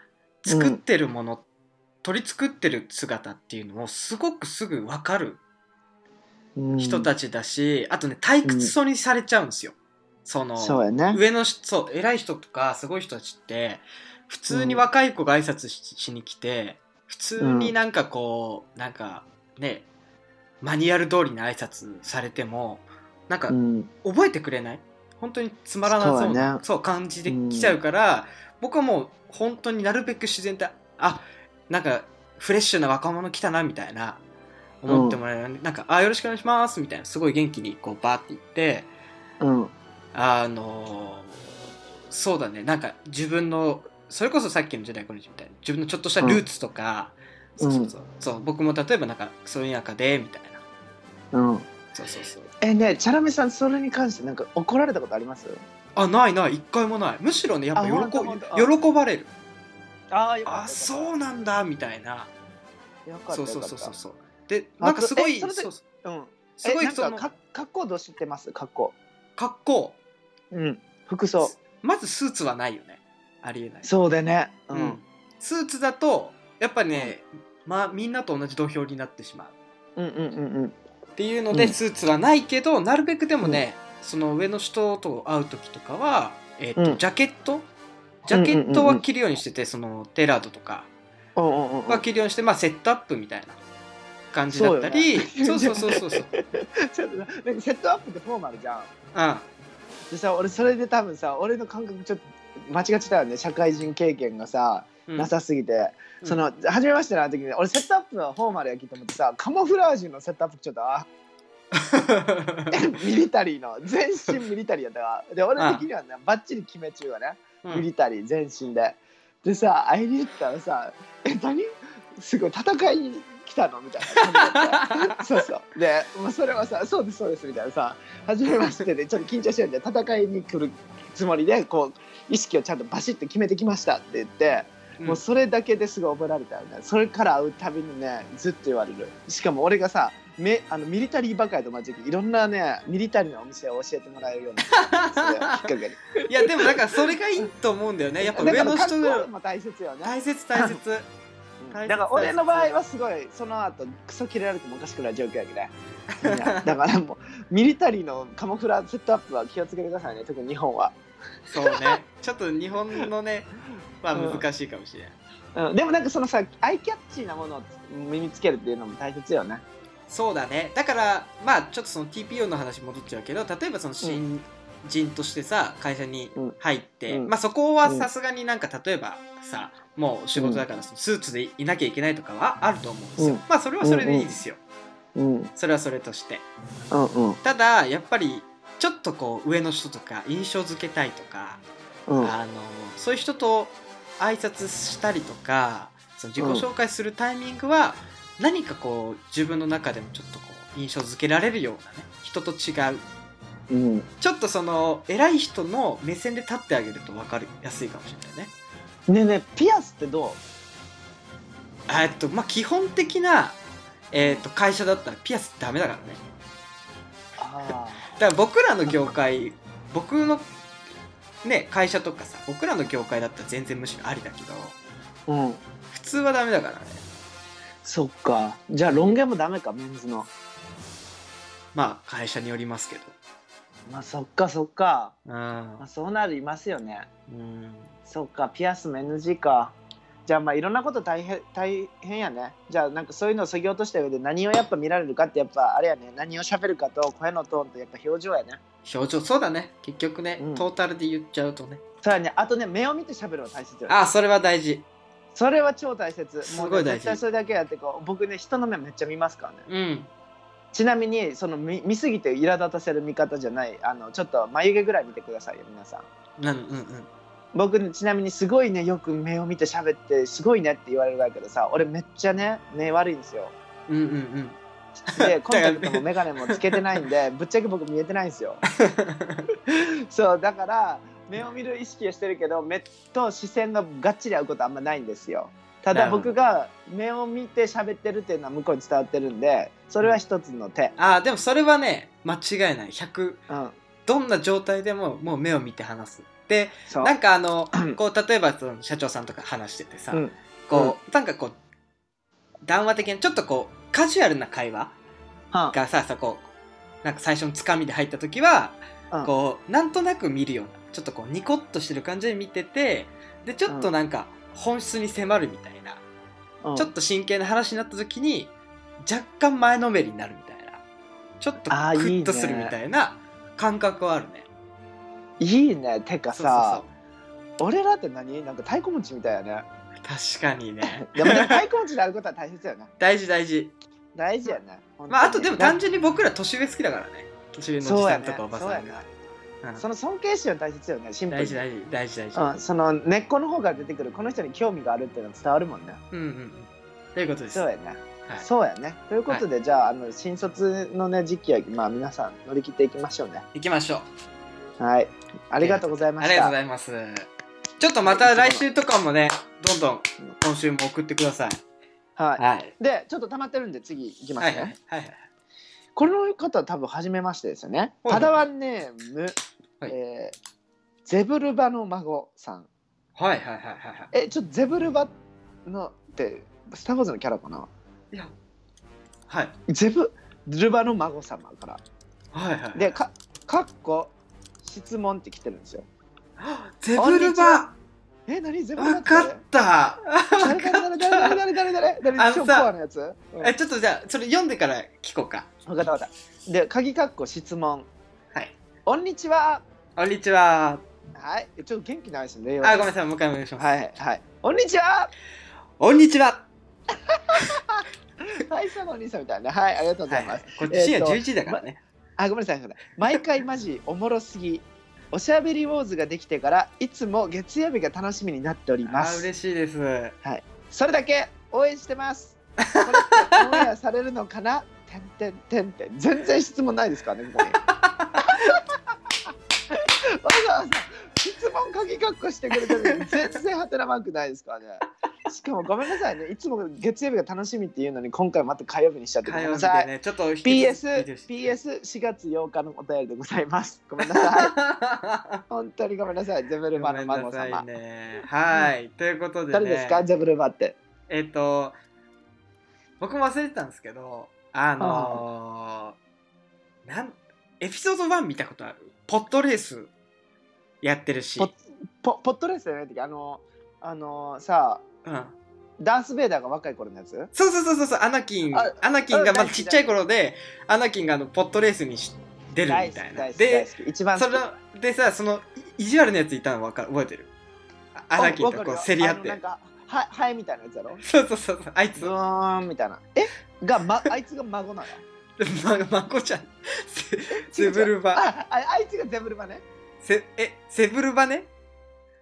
S1: 作ってるもの、取り作ってる姿っていうのをすごくすぐ分かる
S2: うん
S1: 人たちだし、あとね退屈そうにされちゃうんですよ、その
S2: そうやね
S1: 上の人そう偉い人とかすごい人たちって普通に若い子が挨拶ししに来て普通になんかこう、なんかねマニュアル通りの挨拶されてもなんか
S2: うん
S1: 覚えてくれない本当につまらなそう
S2: そう
S1: な
S2: や
S1: そう,、
S2: ね
S1: 感じで来ちゃうから、僕はもう本当になるべく自然体あなんかフレッシュな若者来たなみたいな思ってもらえるように、なんか「あよろしくお願いします」みたいなすごい元気にこうバーって言って
S2: うん
S1: あのーそうだねなんか自分のそれこそさっきの時代コレジみたいな自分のちょっとしたルーツとか、
S2: う
S1: そ
S2: ん
S1: うそうそうそう僕も例えばなんかそういう中でみたいな
S2: うん
S1: そうそうそう
S2: えねえチャラメさんそれに関してなんか怒られたことあります
S1: あないない一回もないむしろねやっぱ
S2: あ
S1: 喜
S2: ほんとほんとあ
S1: 喜ばれる
S2: ああよ
S1: あそうなんだみたいな
S2: よかった
S1: そうそうそうそうそうで
S2: あ
S1: なんかすごい
S2: えそれで
S1: そうそう
S2: うん
S1: すご
S2: え
S1: い
S2: なん
S1: そ
S2: か
S1: の
S2: か格好どうしてます格好
S1: 格好
S2: うん服装
S1: まずスーツはないよねありえない
S2: そうでねう
S1: うんんスーツだとやっぱねまあみんなと同じ土俵になってしまう
S2: うんうんうんうん
S1: っていうので、
S2: うん
S1: スーツはないけどなるべくでもね、その上の人と会う時とかは、えーと
S2: うん
S1: ジャケットジャケットは着るようにしてて、そのテラードとか
S2: うんうんうんうん
S1: は着るようにして、まあ、セットアップみたいな感じだったり
S2: そ
S1: そう
S2: よ
S1: う
S2: ね
S1: そうそうそう そう
S2: ちょっとなんか セットアップってフォーマルじゃん
S1: あ
S2: でさ俺それで多分さ俺の感覚ちょっと間違ってたよね社会人経験がさ、
S1: うん
S2: なさすぎて、
S1: うん
S2: その初めましての時に俺セットアップはフォーマルやきと思ってさカモフラージュのセットアップちょっとあ ミリタリーの全身ミリタリーやったわで俺的にはねバッチリ決め中はね
S1: う
S2: ミ
S1: ん
S2: リタリー全身ででさ会いに行ったらさ「え何すごい戦いに来たの?」みたいな感 じでそうそうで、まあ、それはさ「そうですそうです」みたいなさ「初めましてでちょっと緊張してるんで戦いに来るつもりでこう意識をちゃんとバシッと決めてきました」って言って、もうそれだけですごい覚えられたよねそれから会うたびにねずっと言われるしかも俺がさめあのミリタリーばかりと混じっていろんなねミリタリーのお店を教えてもらえるようになったんですよきっかけで
S1: いやでもなんかそれがいいと思うんだよねやっぱ上の人
S2: だから格好
S1: が
S2: も大切よね
S1: 大切大切
S2: だから俺の場合はすごいその後クソ切れられてもおかしくない状況やけね みんなだからもうミリタリーのカモフラーセットアップは気をつけてくださいね特に日本は
S1: そうねちょっと日本のねまあ
S2: うん
S1: 難しいかもしれない、
S2: うん、でもなんかそのさアイキャッチーなものを身につけるっていうのも大切よね
S1: そうだねだからまあちょっとその TPO の話戻っちゃうけど例えばその新人としてさ会社に入って、
S2: うん
S1: まあそこはさすがになんか例えばさもう仕事だからそのスーツでいなきゃいけないとかはあると思うんですよ、
S2: うん
S1: まあそれはそれでいいですよ、
S2: うんうん
S1: それはそれとして
S2: うん
S1: ただやっぱりちょっとこう上の人とか印象付けたいとか、
S2: うん
S1: あのそういう人と挨拶したりとかその自己紹介するタイミングは、何かこう自分の中でもちょっとこう印象付けられるようなね人と違う
S2: うん
S1: ちょっとその偉い人の目線で立ってあげると分かりやすいかもしれないね。
S2: ねえねえピアスってど
S1: えっとまあ、基本的な、えっと会社だったらピアスダメだからね。
S2: うあ
S1: だから僕らの業界 僕のね会社とかさ僕らの業界だったら全然むしろありだけど
S2: あうん
S1: 普通はダメだからね
S2: そっかじゃあロン毛もダメかメンズの
S1: まあ会社によりますけど
S2: まあそっかそっか、
S1: うん
S2: まあ、そうなりますよね
S1: うん
S2: そっかピアスも NG かじゃあまあいろんなこと大変大変やねじゃあなんかそういうのを削ぎ落とした上で何をやっぱ見られるかってやっぱあれやね何を喋るかと声のトーンとやっぱ表情やね
S1: 表情そうだね結局ね、
S2: うん
S1: トータルで言っちゃうとね
S2: さらにあとね目を見て喋るの大切よ
S1: ああそれは大事
S2: それは超大切もうね
S1: すごい大事
S2: 絶対それだけやってこう僕ね人の目めっちゃ見ますからね
S1: うん
S2: ちなみにその見見すぎて苛立たせる見方じゃないあのちょっと眉毛ぐらい見てくださいよ皆さん
S1: なんうんうん
S2: 僕ねちなみにすごいねよく目を見て喋ってすごいねって言われるんだけどさ俺めっちゃね目悪いんですよ
S1: うんうんうん
S2: でコンタクトも眼鏡もつけてないんでぶっちゃけ僕見えてない んですよそうだから目を見る意識はしてるけど目と視線ががっちり合うことあんまないんですよた
S1: な
S2: だ
S1: るほど
S2: 僕が目を見て喋ってるっていうのは向こうに伝わってるんでそれは一つの手、
S1: ああでもそれはね間違いない100
S2: うん、
S1: どんな状態でももう目を見て話すで
S2: そう
S1: なんかあのこう例えばその社長さんとか話しててさ、
S2: うん
S1: こう、なんかこう談話的なちょっとこうカジュアルな会話
S2: は
S1: がささこうなんか最初のつかみで入った時は、
S2: うん
S1: こうなんとなく見るようなちょっとこうニコッとしてる感じで見ててでちょっとなんか本質に迫るみたいな、
S2: うん
S1: ちょっと真剣な話になった時に若干前のめりになるみたいなちょっとク
S2: あーいい
S1: ッ
S2: ね
S1: とするみたいな感覚はあるね。
S2: いいねてか
S1: そうそう
S2: さ俺らって何なんか太鼓持ちみたいやね
S1: そう確かにね
S2: でもね太鼓持ちであることは大切よね
S1: 大事大 事
S2: 大事やね
S1: まああとでも単純
S2: 純
S1: に僕ら年上好きだからね年上のおじ
S2: そう
S1: さ
S2: や
S1: ん
S2: ね
S1: とかおば
S2: そ
S1: さん
S2: う
S1: が、
S2: やね
S1: うん
S2: その尊敬心は大切よねシンプル
S1: 大
S2: に
S1: 事大事大事大事、
S2: うん、その根っこの方から出てくるこの人に興味があるっていうのは伝わるもんね。
S1: うんうんうんということです
S2: そうやね。
S1: はい
S2: そうやね。ということで、じゃああの新卒のね時期は、まあ、皆さん乗り切っていきましょうね。
S1: 行きましょう
S2: はい。ありがとうございま
S1: あ
S2: し
S1: りがとうご
S2: た。
S1: ざいますちょっとまた来週とかもねどんどん今週も送ってください
S2: は
S1: はい
S2: い。でちょっと溜まってるんで次いきま
S1: は
S2: す
S1: い
S2: ね。
S1: はいはい
S2: この方は多分初めましてですよね。
S1: はい
S2: パダワンネーム、
S1: はい
S2: えーゼブルバの孫さん。
S1: はいはいはいはいはい
S2: えちょっとゼブルバのってスター・ウォーズのキャラかな
S1: はい
S2: ゼブルバの孫様から。
S1: はいはいはい
S2: でかかっこ質問って来てるんですよ。
S1: ゼブルバ
S2: え、何全部
S1: わかった
S2: 誰誰誰誰誰誰誰誰
S1: あ
S2: 誰
S1: のさ
S2: 超コアのやつ、うん、
S1: えちょっとじゃあそれ読んでから聞こうか
S2: 分かった分かった。で、鍵かっこ質問。
S1: はい
S2: こんにちは。
S1: こんにちは
S2: はい。ちょっと元気ないですね。令和
S1: あご
S2: です
S1: めんなさいもう一回お願いします、
S2: はいはい。こんにちは。
S1: こんにちは
S2: 大佐のお兄さんみたいな。はい、ありがとうございます。
S1: こっち深夜11時だからね、
S2: あ、ごめんなさい。ごめんなさい毎回マジおもろすぎ。おしゃべりウォーズができてからいつも月曜日が楽しみになっておりま
S1: あ
S2: す。
S1: 嬉しいです
S2: それだけ応援してます。これってオンエアされるのかな？てんてんてんてん全然質問ないですからねここに。わざわざ質問鍵括弧してくれてるのに全然ハテナマークないですからね。しかもごめんなさいねいつも月曜日が楽しみっていうのに今回また火曜日にしちゃってご
S1: 火
S2: め
S1: 曜
S2: んな
S1: 日
S2: さ
S1: で
S2: い。
S1: ねちょっと引き続き
S2: PS
S1: 見てほしい
S2: PS4 月8日のお便りでございます。ごめんなさい。本当にごめんなさい。ゼブ
S1: ごめ
S2: ル
S1: ん
S2: マの孫
S1: なさ
S2: 様
S1: い。ね。はい、ということで、ね、
S2: 誰ですか？ゼブルマって。
S1: えっ、と僕も忘れてたんですけどあのーなんエピソード1見たことあるポットレースやってるし
S2: ポポポットレースじゃない時あのあのーさ
S1: うん、
S2: ダース・ベイダーが若い頃のやつ
S1: そうそうそうそうそうアナキン
S2: あ
S1: アナキンが
S2: うん
S1: まだ
S2: 大好き
S1: ちっちゃい頃でアナキンがあのポットレースにし出る
S2: 大
S1: み
S2: 好
S1: たい
S2: き
S1: な
S2: 大好き大
S1: で
S2: 好き一番好
S1: そ
S2: き
S1: れでさそのい意地悪なやついたのわか覚えてるあアナキンとこう競り合っ
S2: あのなん
S1: て
S2: かはハエみたいなやつだろ
S1: そうそうそうそうあいつ
S2: ブーンみたいなえが、 ま、あいつが孫なの
S1: ままこちゃんセ
S2: 違
S1: セ
S2: う
S1: ブルバ
S2: あああいつがゼブルバね
S1: セえセブルバね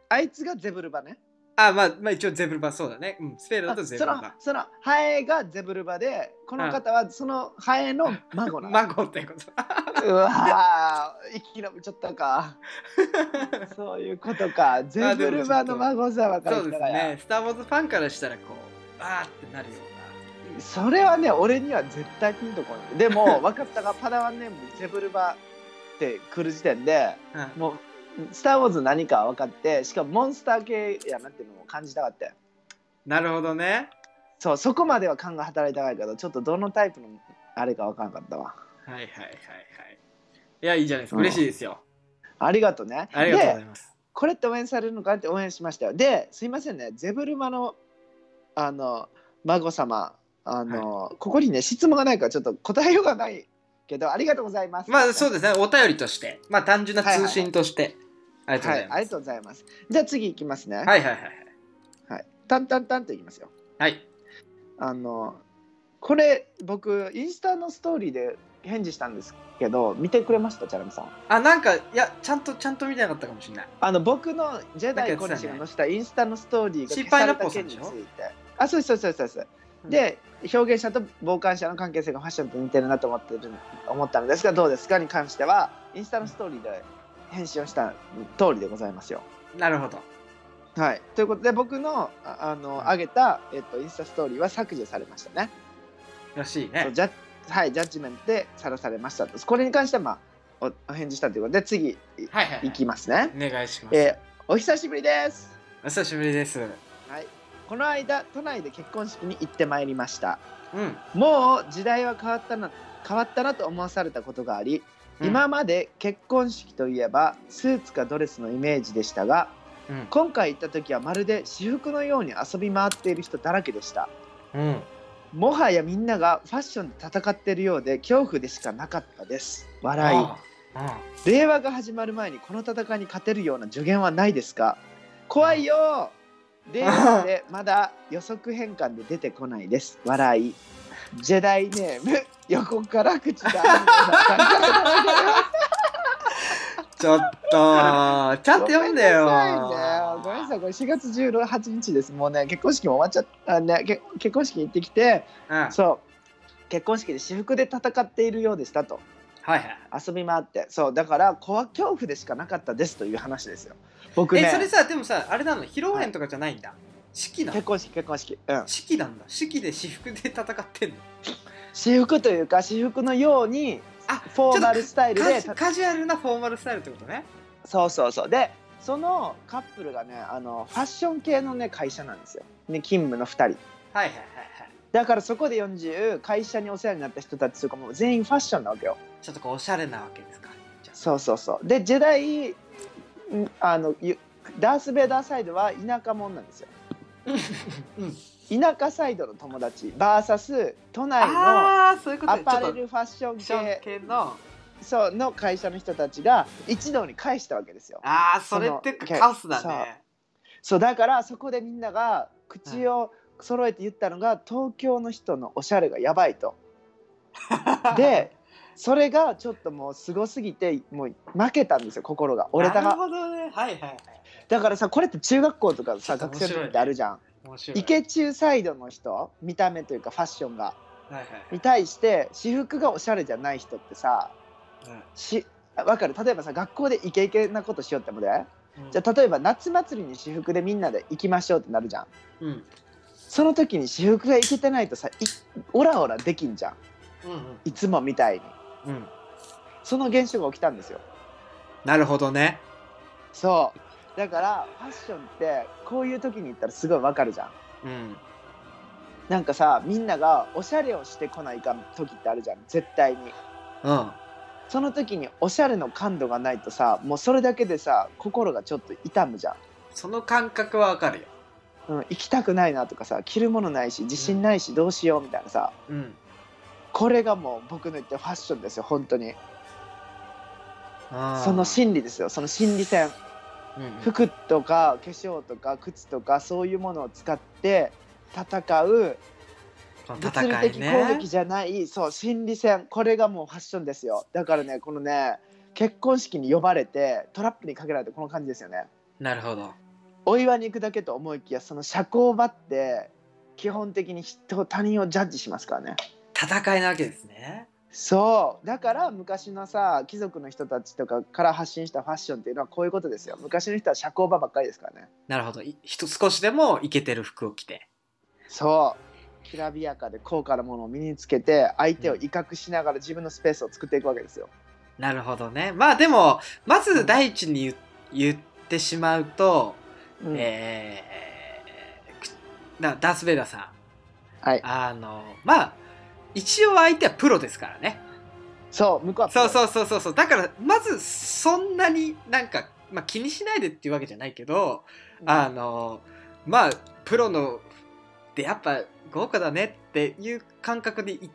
S2: あいつがゼブルバね
S1: あまあまあ一応ゼブルバそうだねうんスペルだと
S2: あ
S1: ゼ
S2: そ
S1: ブル
S2: の
S1: バ
S2: そのハエがゼブルバでこの方はそのハエの 孫なの、
S1: マゴってこと
S2: うわー生き延びちゃっ たかそういうことかゼブルバの孫さは
S1: そ
S2: か
S1: う
S2: る
S1: で
S2: か
S1: す
S2: らや
S1: ね、スター・ウォーズファンからしたら、こう、あーってなるような。
S2: それはね俺には絶対ピンとこないで も分かったがパダワンネームゼブルバって来る時点で
S1: うん
S2: もう「スター・ウォーズ」何か分かってしかもモンスター系やなっていうのも感じたかったよ
S1: なるほどね。
S2: そうそこまでは勘が働いてないけどちょっとどのタイプのあれか分からなかったわ
S1: はいはいはいはい。いや、いいじゃないですか。
S2: うん
S1: 嬉しいですよ。
S2: ありがとうね
S1: ありがとうござ
S2: で
S1: います。
S2: これって応援されるのかって応援しましたよですいませんねゼブルマのあの孫様あの、ここにね質問がないからちょっと答えようがないけどありがとうございます
S1: まあ、そうですね。お便りとして、まあ、単純な通信として、ありがとう
S2: は
S1: ござい、
S2: いあ
S1: ま
S2: りが
S1: す。
S2: とうございます。じゃあ次いきますね。
S1: はいはいはいはい。
S2: はい。タンタンタンといきますよ。
S1: はい。
S2: あの、これ僕、インスタのストーリーで返事したんですけど、見てくれました、チャラミさん。
S1: あ、なんか、いや、ちゃんと、ちゃんと見てなかったかもしれない。
S2: あの、僕のジェダイ小西が載せたインスタのストーリーが
S1: 心配な
S2: な
S1: ポーさ
S2: 件
S1: ん
S2: に
S1: で
S2: つ
S1: し
S2: い
S1: ょ
S2: て。あ、そうですそうですそうですそうです。で、表現者と傍観者の関係性がファッションと似てるなと思ってる思ったのですが、どうですかに関しては、インスタのストーリーで返信をした通りでございますよ。
S1: なるほど。
S2: はい、ということで僕のああの上げた、えっと、インスタストーリーは削除されましたね。
S1: らしい
S2: そう
S1: ね。
S2: ジャッはい、ジャッジメントでさらされましたと。これに関しては、まあ、おお返事したということで次い
S1: はいはい、はい。
S2: いきますね。
S1: お願いします。
S2: えーお久しぶりです、
S1: お久しぶりです。
S2: はい。この間都内で結婚式に行ってまいりました。
S1: うん。
S2: もう時代は変わったな変わったなと思わされたことがあり、今まで結婚式といえばスーツかドレスのイメージでしたが
S1: うん、
S2: 今回行った時はまるで私服のように遊び回っている人だらけでした。
S1: うん。
S2: もはやみんながファッションで戦ってるようで恐怖でしかなかったです笑い
S1: ああ。うん。
S2: 令和が始まる前にこの戦いに勝てるような助言はないですか怖いよ令和ってまだ予測変換で出てこないです笑いジェダイネーム横から口が
S1: ちょっと、ちゃんと読んだよ。
S2: ごめんなさいねごめんなさいこれ4月18日ですもうね結婚式も終わっちゃったあ、ね、け結婚式行ってきて
S1: うん、はい
S2: そう結婚式で私服で戦っているようでしたと
S1: はい。
S2: 遊び回ってそうだから怖恐怖でしかなかったですという話ですよ僕
S1: え、
S2: ね
S1: それさ、でもさ、あれなの、披露宴とかじゃないんだ。式な
S2: 結
S1: の。
S2: 婚式結婚式うん
S1: 式なんだ。式で私服で戦ってんの。
S2: 私服というか私服のように
S1: あ
S2: フォーマルスタイル
S1: カ
S2: で
S1: ジカジュアルなフォーマルスタイルってことね。
S2: そうそうそうでそのカップルがねあのファッション系のね会社なんですよ、ね、勤務の2人
S1: はいはいはいはい。
S2: だからそこで40会社にお世話になった人たちとかも全員ファッションなわけよ
S1: ちょっとこうおしゃれなわけですか。じゃ
S2: そうそうそうでジェダイんあのゆダース・ベイダーサイドは田舎者なんですよ
S1: あうん。
S2: 田舎サイドの友達 VS 都内の
S1: ああ、そういうこと
S2: ア
S1: ね。ちょ
S2: パ
S1: っと
S2: レ
S1: フ
S2: ルファッション
S1: ァッション
S2: 系
S1: 系の。
S2: そうの会社の人たちが一堂に会したわけですよ。
S1: ああ、それって
S2: その
S1: カオスだ
S2: さ
S1: ね。
S2: そうだからそこでみんなが口を揃えて言ったのが、東京の人のおしゃれがやばいと。でそれがちょっともうすごすぎてもう負けたんですよ心が折れた
S1: なる
S2: が
S1: ほどね。はいはいはい。
S2: だからさこれって中学校とかさ
S1: ちょっ
S2: 学
S1: と面
S2: 生
S1: 白いね
S2: の時ってあるじゃん
S1: 面白い。
S2: 池中サイドの人見た目というかファッションが
S1: はいはい
S2: に対して私服がおしゃれじゃない人ってさ
S1: はい
S2: しわかる例えばさ学校でイケイケなことしようってもで
S1: うん。うん
S2: じゃあ例えば夏祭りに私服でみんなで行きましょうってなるじゃん
S1: うん。
S2: その時に私服がいけてないとさいオラオラできんじゃん
S1: うんうん
S2: いつもみたいに
S1: うん。
S2: その現象が起きたんですよ
S1: なるほどね。
S2: そうだからファッションってこういう時に行ったらすごいわかるじゃん
S1: うん。
S2: なんかさみんながおしゃれをしてこないかん時ってあるじゃん絶対に
S1: うん。
S2: その時におしゃれの感度がないとさもうそれだけでさ心がちょっと痛むじゃん
S1: その感覚はわかるよ。
S2: うん、行きたくないなとかさ着るものないし自信ないしどうしようみたいなさ
S1: うん
S2: これがもう僕の言ってるファッションですよ本当に
S1: あー
S2: その心理ですよその心理戦
S1: うんうん
S2: 服とか化粧とか靴とかそういうものを使って戦う
S1: この
S2: 物理
S1: 戦い
S2: 的攻
S1: ね
S2: 撃じゃない、そう心理戦これがもうファッションですよだからねこのね結婚式に呼ばれてトラップにかけられてこの感じですよね
S1: なるほど
S2: お祝いに行くだけと思いきやその社交場って基本的に人他人をジャッジしますからね
S1: 戦いなわけですね
S2: そうだから昔のさ貴族の人たちとかから発信したファッションっていうのはこういうことですよ昔の人は社交場ばっかりですからね
S1: なるほどいひと少しでもイケてる服を着て
S2: そうきらびやかで高価なものを身につけて相手を威嚇しながら自分のスペースを作っていくわけですよ
S1: なるほどねまあでもまず第一に言,、言ってしまうと、
S2: うん
S1: えーくなダース・ベイダーさん
S2: はい
S1: あのまあ一応相手はプロですからね
S2: そう向こうは
S1: そうそうそうそうそうだからまずそんなになんか、まあ、気にしないでっていうわけじゃないけど、
S2: うん
S1: あのまあプロのでやっぱ豪華だねっていう感覚で一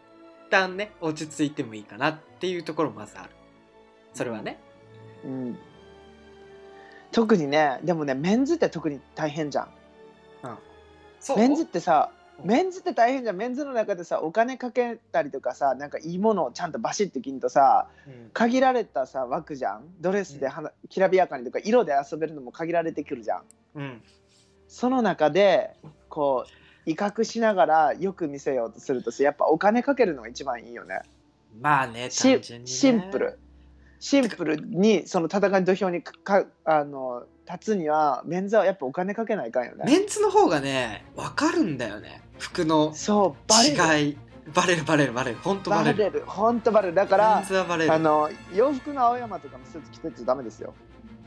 S1: 旦ね落ち着いてもいいかなっていうところもまずあるそれはね
S2: うん特にねでもねメンズって特に大変じゃん
S1: そう
S2: メンズってさ
S1: うん
S2: メンズって大変じゃんメンズの中でさお金かけたりとかさなんかいいものをちゃんとバシッと着んとさ
S1: うん
S2: 限られたさ枠じゃんドレスではなきらびやかにとか色で遊べるのも限られてくるじゃん
S1: うん、
S2: その中でこう威嚇しながらよく見せようとするとさやっぱお金かけるのが一番いいよね
S1: まあね
S2: シ
S1: 単
S2: ン
S1: 純に、ね、
S2: シンプルシンプルにその戦い土俵にかかあの立つにはメンズはやっぱお金かけないかんよね
S1: メンツの方がね分かるんだよね服の
S2: そうバレる
S1: 違いバレるバレるバレる本当
S2: バ
S1: バレ
S2: レ
S1: る
S2: る本当バレるだか
S1: メン
S2: ら
S1: ツはバレる
S2: あの洋服の青山とかのスーツ着てっちゃダメですよ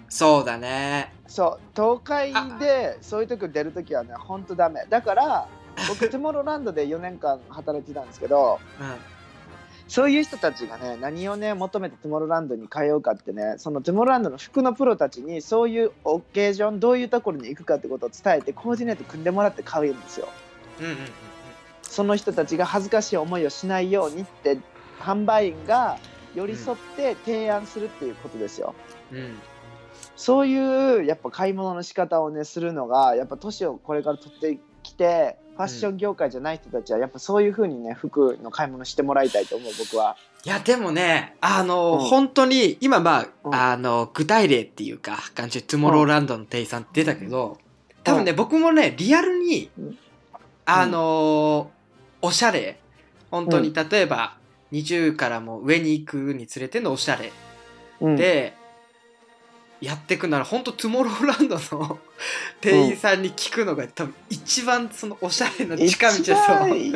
S1: そうだね
S2: そう東海でそういう時出る時はね本当ダメだから 僕トゥモローランドで4年間働いてたんですけど
S1: うん
S2: そういう人たちがね何をね求めてトゥモローランドに通うかってねそのトゥモローランドの服のプロたちにそういうオケージョンどういうところに行くかってことを伝えてコーディネート組んでもらって買うんですよ
S1: うんうんうんうん
S2: その人たちが恥ずかしい思いをしないようにって販売員が寄り添って提案するっていうことですよ、
S1: うん、
S2: そういうやっぱ買い物の仕方をねするのがやっぱ年をこれから取ってきてファッション業界じゃない人たちはやっぱそういう風にね服の買い物してもらいたいと思う僕は。
S1: いやでもねあの、
S2: うん
S1: 本当に今まあ、
S2: うん
S1: あの具体例っていうか感じで「トゥモローランド」の店員さんって出たけど多分ね、僕もねリアルに
S2: うん
S1: あのおしゃれ本当
S2: う
S1: に例えば、20からも上に行くにつれてのおしゃれ
S2: うん、
S1: で、やってくなら本当トゥモローランドの 店員さんに聞くのが多分一番そのおしゃれの近道
S2: 一
S1: だと思う
S2: 番い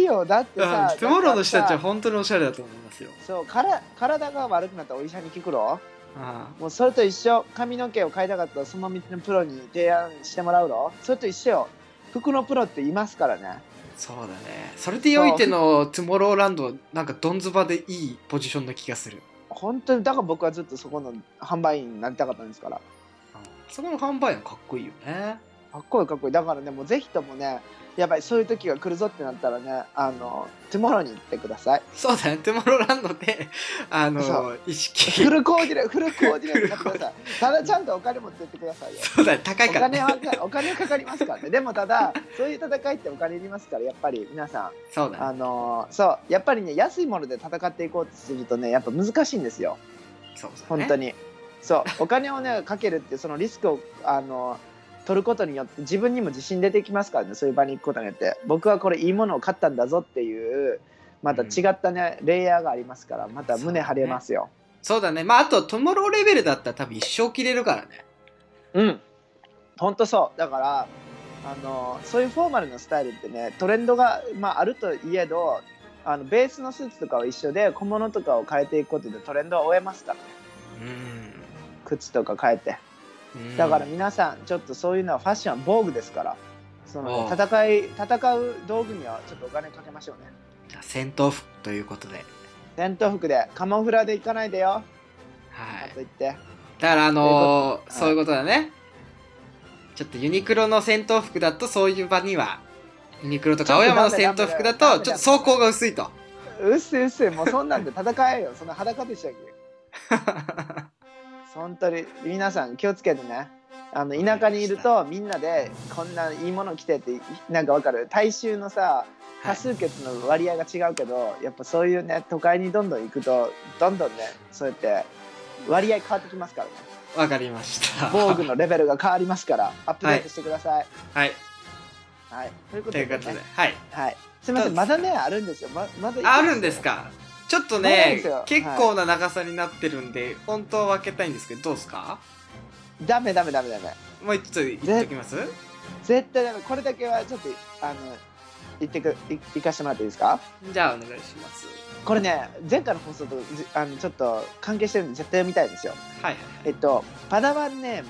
S2: いよだって
S1: うん
S2: さ、
S1: トゥモローの人たちは
S2: だってさ
S1: 本当におしゃれだと思いますよ。
S2: そうから体が悪くなったらお医者に聞くろ
S1: あ
S2: もうそれと一緒髪の毛を変えたかったらその道のプロに提案してもらうろそれと一緒よ服のプロっていますからね
S1: あそうだね。それでよいてのトゥモローランドはなんかドンズバでいいポジションな気がする。
S2: 本当にだから僕はずっとそこの販売員になりたかったんですから
S1: そこの販売員かっこいいよね。
S2: かっこいいかっこいいだからねもうぜひともねやばいそういう時が来るぞってなったらねあのトゥモローに行ってくだ さい
S1: そうだね。トゥモローランドで、あ
S2: そ
S1: の、意識。
S2: フルコーディネートフルコーディネートになってくださいただちゃんとお金持ってってくださいよ
S1: そうだね。高い
S2: お
S1: から
S2: 金
S1: ね。
S2: はお金はかかりますからねでもただそういう戦いってお金いりますからやっぱり皆さん
S1: そうだ
S2: あ
S1: ね。
S2: のそうやっぱりね安いもので戦っていこうとするとねやっぱ難しいんですよ
S1: そうだね。
S2: 本当にそうお金を ねかけるってそのリスクをあの取ることによって自分にも自信出てきますからねそういう場に行くことによって僕はこれいいものを買ったんだぞっていうまた違ったね、レイヤーがありますからまた胸張れますよ
S1: そうだね。まあ、あと、トゥモローレベルだったら多分一生着れるからね。
S2: うんほんとそうだからあのそういうフォーマルなスタイルってねトレンドが、まあ、あるといえどあのベースのスーツとかは一緒で小物とかを変えていくことでトレンドは追えますからね靴とか変えて
S1: うん
S2: だから皆さんちょっとそういうのはファッションは防具ですからその
S1: ああ
S2: 戦い戦う道具にはちょっとお金かけましょうね
S1: じゃあ戦闘服ということで。
S2: 戦闘服でカモフラで行かないでよ
S1: は
S2: あ
S1: い
S2: と。言って
S1: だからあのー
S2: と
S1: そういうことだね。ちょっとユニクロの戦闘服だとそういう場にはユニクロとか青山の戦闘服だとちょっと走行が薄いと
S2: うっせうっせもうそんなんで戦えよそんな裸でしたっけ本当に皆さん気をつけてねあの田舎にいるとみんなでこんないいもの着てってなんかわかる大衆のさ多数決の割合が違うけど、やっぱそういうね都会にどんどん行くとどんどんねそうやって割合変わってきますからね
S1: わかりました
S2: 防具のレベルが変わりますからアップデートしてください。
S1: はい
S2: はい、ということ
S1: と
S2: で,、
S1: いう
S2: ね
S1: ことではい
S2: はい、すみませんまだねあるんですよままだいくつ
S1: あるんですかちょっと
S2: そうなんで
S1: ね
S2: すよ
S1: 結構な長さになってるんで、本当は分けたいんですけどどうですか
S2: ダメダメダメダメ
S1: もうちょっと言っときます
S2: 絶対ダメこれだけはちょっとあの言ってくい行かしてもらっていいですか
S1: じゃあお願いします
S2: これね前回の放送とじあのちょっと関係してるんで絶対読みたいんですよ
S1: はいはい
S2: えっとパダワンネーム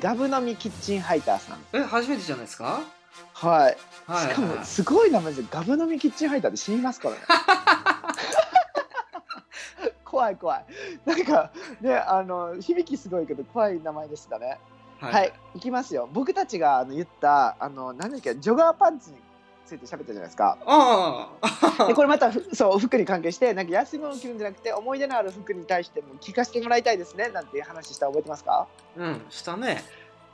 S2: ガブ飲みキッチンハイターさん
S1: え初めてじゃないですか
S2: はい
S1: はい
S2: しか
S1: はい
S2: もすごい名前ですよガブ飲みキッチンハイターで死にますからね 怖い怖いなんかねあの響きすごいけど怖い名前でしたね
S1: はい
S2: はい、いきますよ。僕たちがあの言った、あの、なんだっけ、ジョガーパンツについて喋ったじゃないですか。
S1: あ
S2: で、これまたふ、そう、服に関係して、なんか安いものを着るんじゃなくて、思い出のある服に対しても聞かせてもらいたいですね、なんていう話した覚えてますか
S1: あうんしたね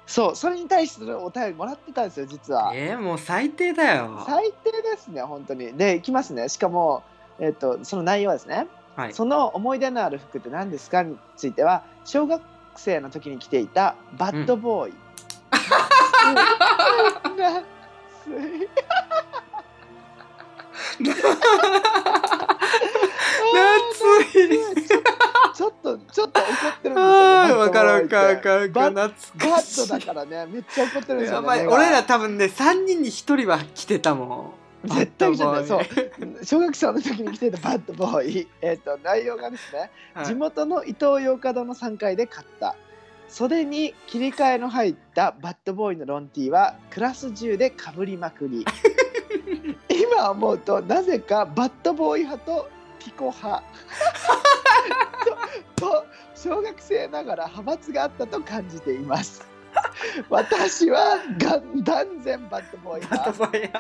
S2: そう、それに対するお便りもらってたんですよ、実は。
S1: えー、もう最低だよ
S2: 最低ですね、本当に。で、いきますね。しかも、えっと、その内容はですね、
S1: はい
S2: その思い出のある服って何ですかについては、小学生の時に着ていたバッドボーイ。 うん、な すい
S1: 夏い
S2: ちょっとちょっと怒ってるんですよね。
S1: あーわかるわ
S2: 分
S1: かるわかる
S2: バッ
S1: 懐
S2: バ
S1: かし
S2: ッ
S1: い
S2: トだからね、めっちゃ怒ってるんですよ
S1: や
S2: ね。
S1: ばい
S2: 目が
S1: 俺ら多分ね3人に1人は来てたもん
S2: 絶対来てない
S1: バッドボーイ
S2: 小学生の時に来てたバッドボーイ。えっと内容がですね、
S1: はい
S2: 地元の伊東洋華堂の3階で買った。袖に切り替えの入ったバッドボーイのロンティーはクラス中でかぶりま くり今思うとなぜかバッドボーイ派とピコ派 とと小学生ながら派閥があったと感じています私はが断然バッドボーイ
S1: バッ
S2: 派
S1: ドボーイや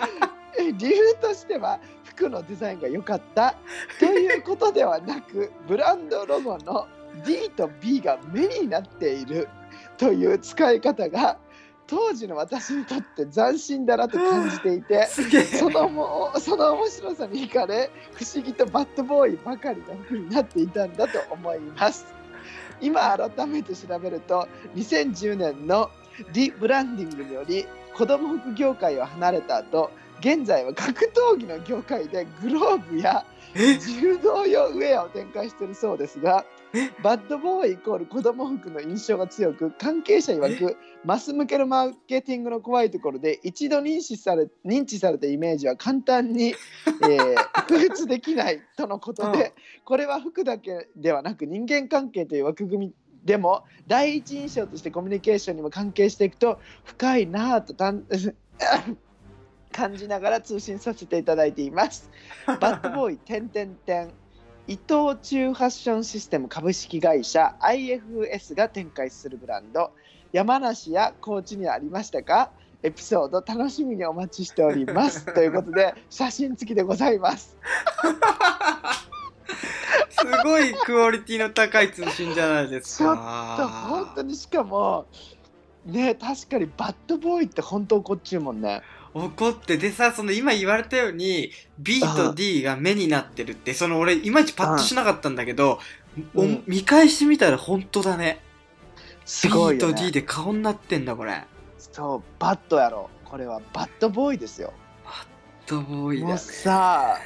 S2: 理由としては服のデザインが良かったということではなくブランドロゴの D と B が目になっているという使い方が当時の私にとって斬新だなと感じていて
S1: すげえ
S2: そのもその面白さに惹かれ不思議とバッドボーイばかりの風になっていたんだと思います今改めて調べると2010年のリブランディングにより子供服業界を離れた後現在は格闘技の業界でグローブや
S1: え
S2: 柔道用ウェアを展開しているそうですがバッドボーイイコール子供服の印象が強く関係者曰くマス向けのマーケティングの怖いところで一度認知され認知されたイメージは簡単に、えー、 復活できないとのことで、
S1: うん
S2: これは服だけではなく人間関係という枠組みでも第一印象としてコミュニケーションにも関係していくと深いなぁとたん感じながら通信させていただいています。バッドボーイ点点点伊藤忠ファッションシステム株式会社 IFS が展開するブランド山梨や高知にはありましたかエピソード楽しみにお待ちしておりますということで写真付きでございます
S1: すごいクオリティの高い通信じゃないです
S2: ちょ
S1: か
S2: っと本当にしかもね確かにバッドボーイって本当こっちゅうもんね
S1: 怒ってでさその今言われたように B と D が目になってるってその俺いまいちパッとしなかったんだけど、お
S2: うん
S1: 見返してみたら本当だね
S2: すごい
S1: B
S2: よ
S1: と D
S2: ね
S1: で顔になってんだこれ
S2: そうバッドやろこれはバッドボーイですよ
S1: ドボーイだ
S2: もう
S1: ね
S2: さ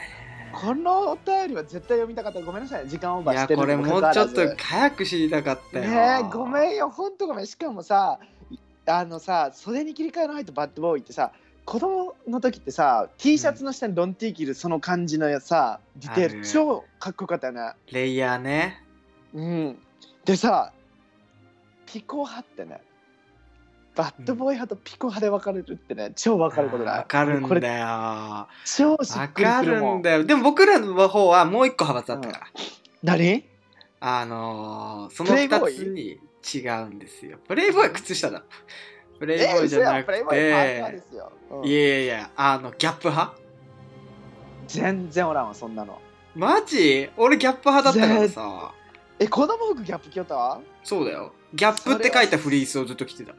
S2: このお便りは絶対読みたかったごめんなさい時間オー
S1: い
S2: バーし
S1: や
S2: て
S1: こ
S2: る
S1: れ
S2: に
S1: も
S2: もか
S1: う
S2: かわ
S1: ちょ
S2: ら
S1: っ
S2: ず
S1: と早く知りたかったよ
S2: ねえご
S1: ん
S2: めんよほんとごめんしかもさいあのさ袖に切り替えの入ったバッドボーイってさ子供の時ってさ T シャツの下にロンティー着るその感じのさディテ
S1: あ
S2: ール
S1: る
S2: 超かっこよかったよね
S1: レイヤーね
S2: うんでさピコ派ってねバッドボーイ派とピコ派で分かれるってね超分かることない
S1: わかるん
S2: これ
S1: だよわ
S2: 超しっくり
S1: か
S2: くる
S1: る
S2: も
S1: ん
S2: ん
S1: だよでも僕らの方はもう一個派閥あったから、
S2: 何
S1: あのー、その
S2: プレイボ
S1: 二
S2: ーイ
S1: つに違うんですよ。プレイボーイは靴下だ。プレイボーイじゃな
S2: プレイ
S1: く
S2: ボーイパーカー
S1: て
S2: で、すよ、うん
S1: いやいやいや、あの、ギャップ派
S2: 全然おらんわそんなの
S1: マジ俺ギャップ派だったからさ。
S2: え子供服ギャップ着よったわ
S1: そうだよ。ギャップって書いたフリースをずっと着てた。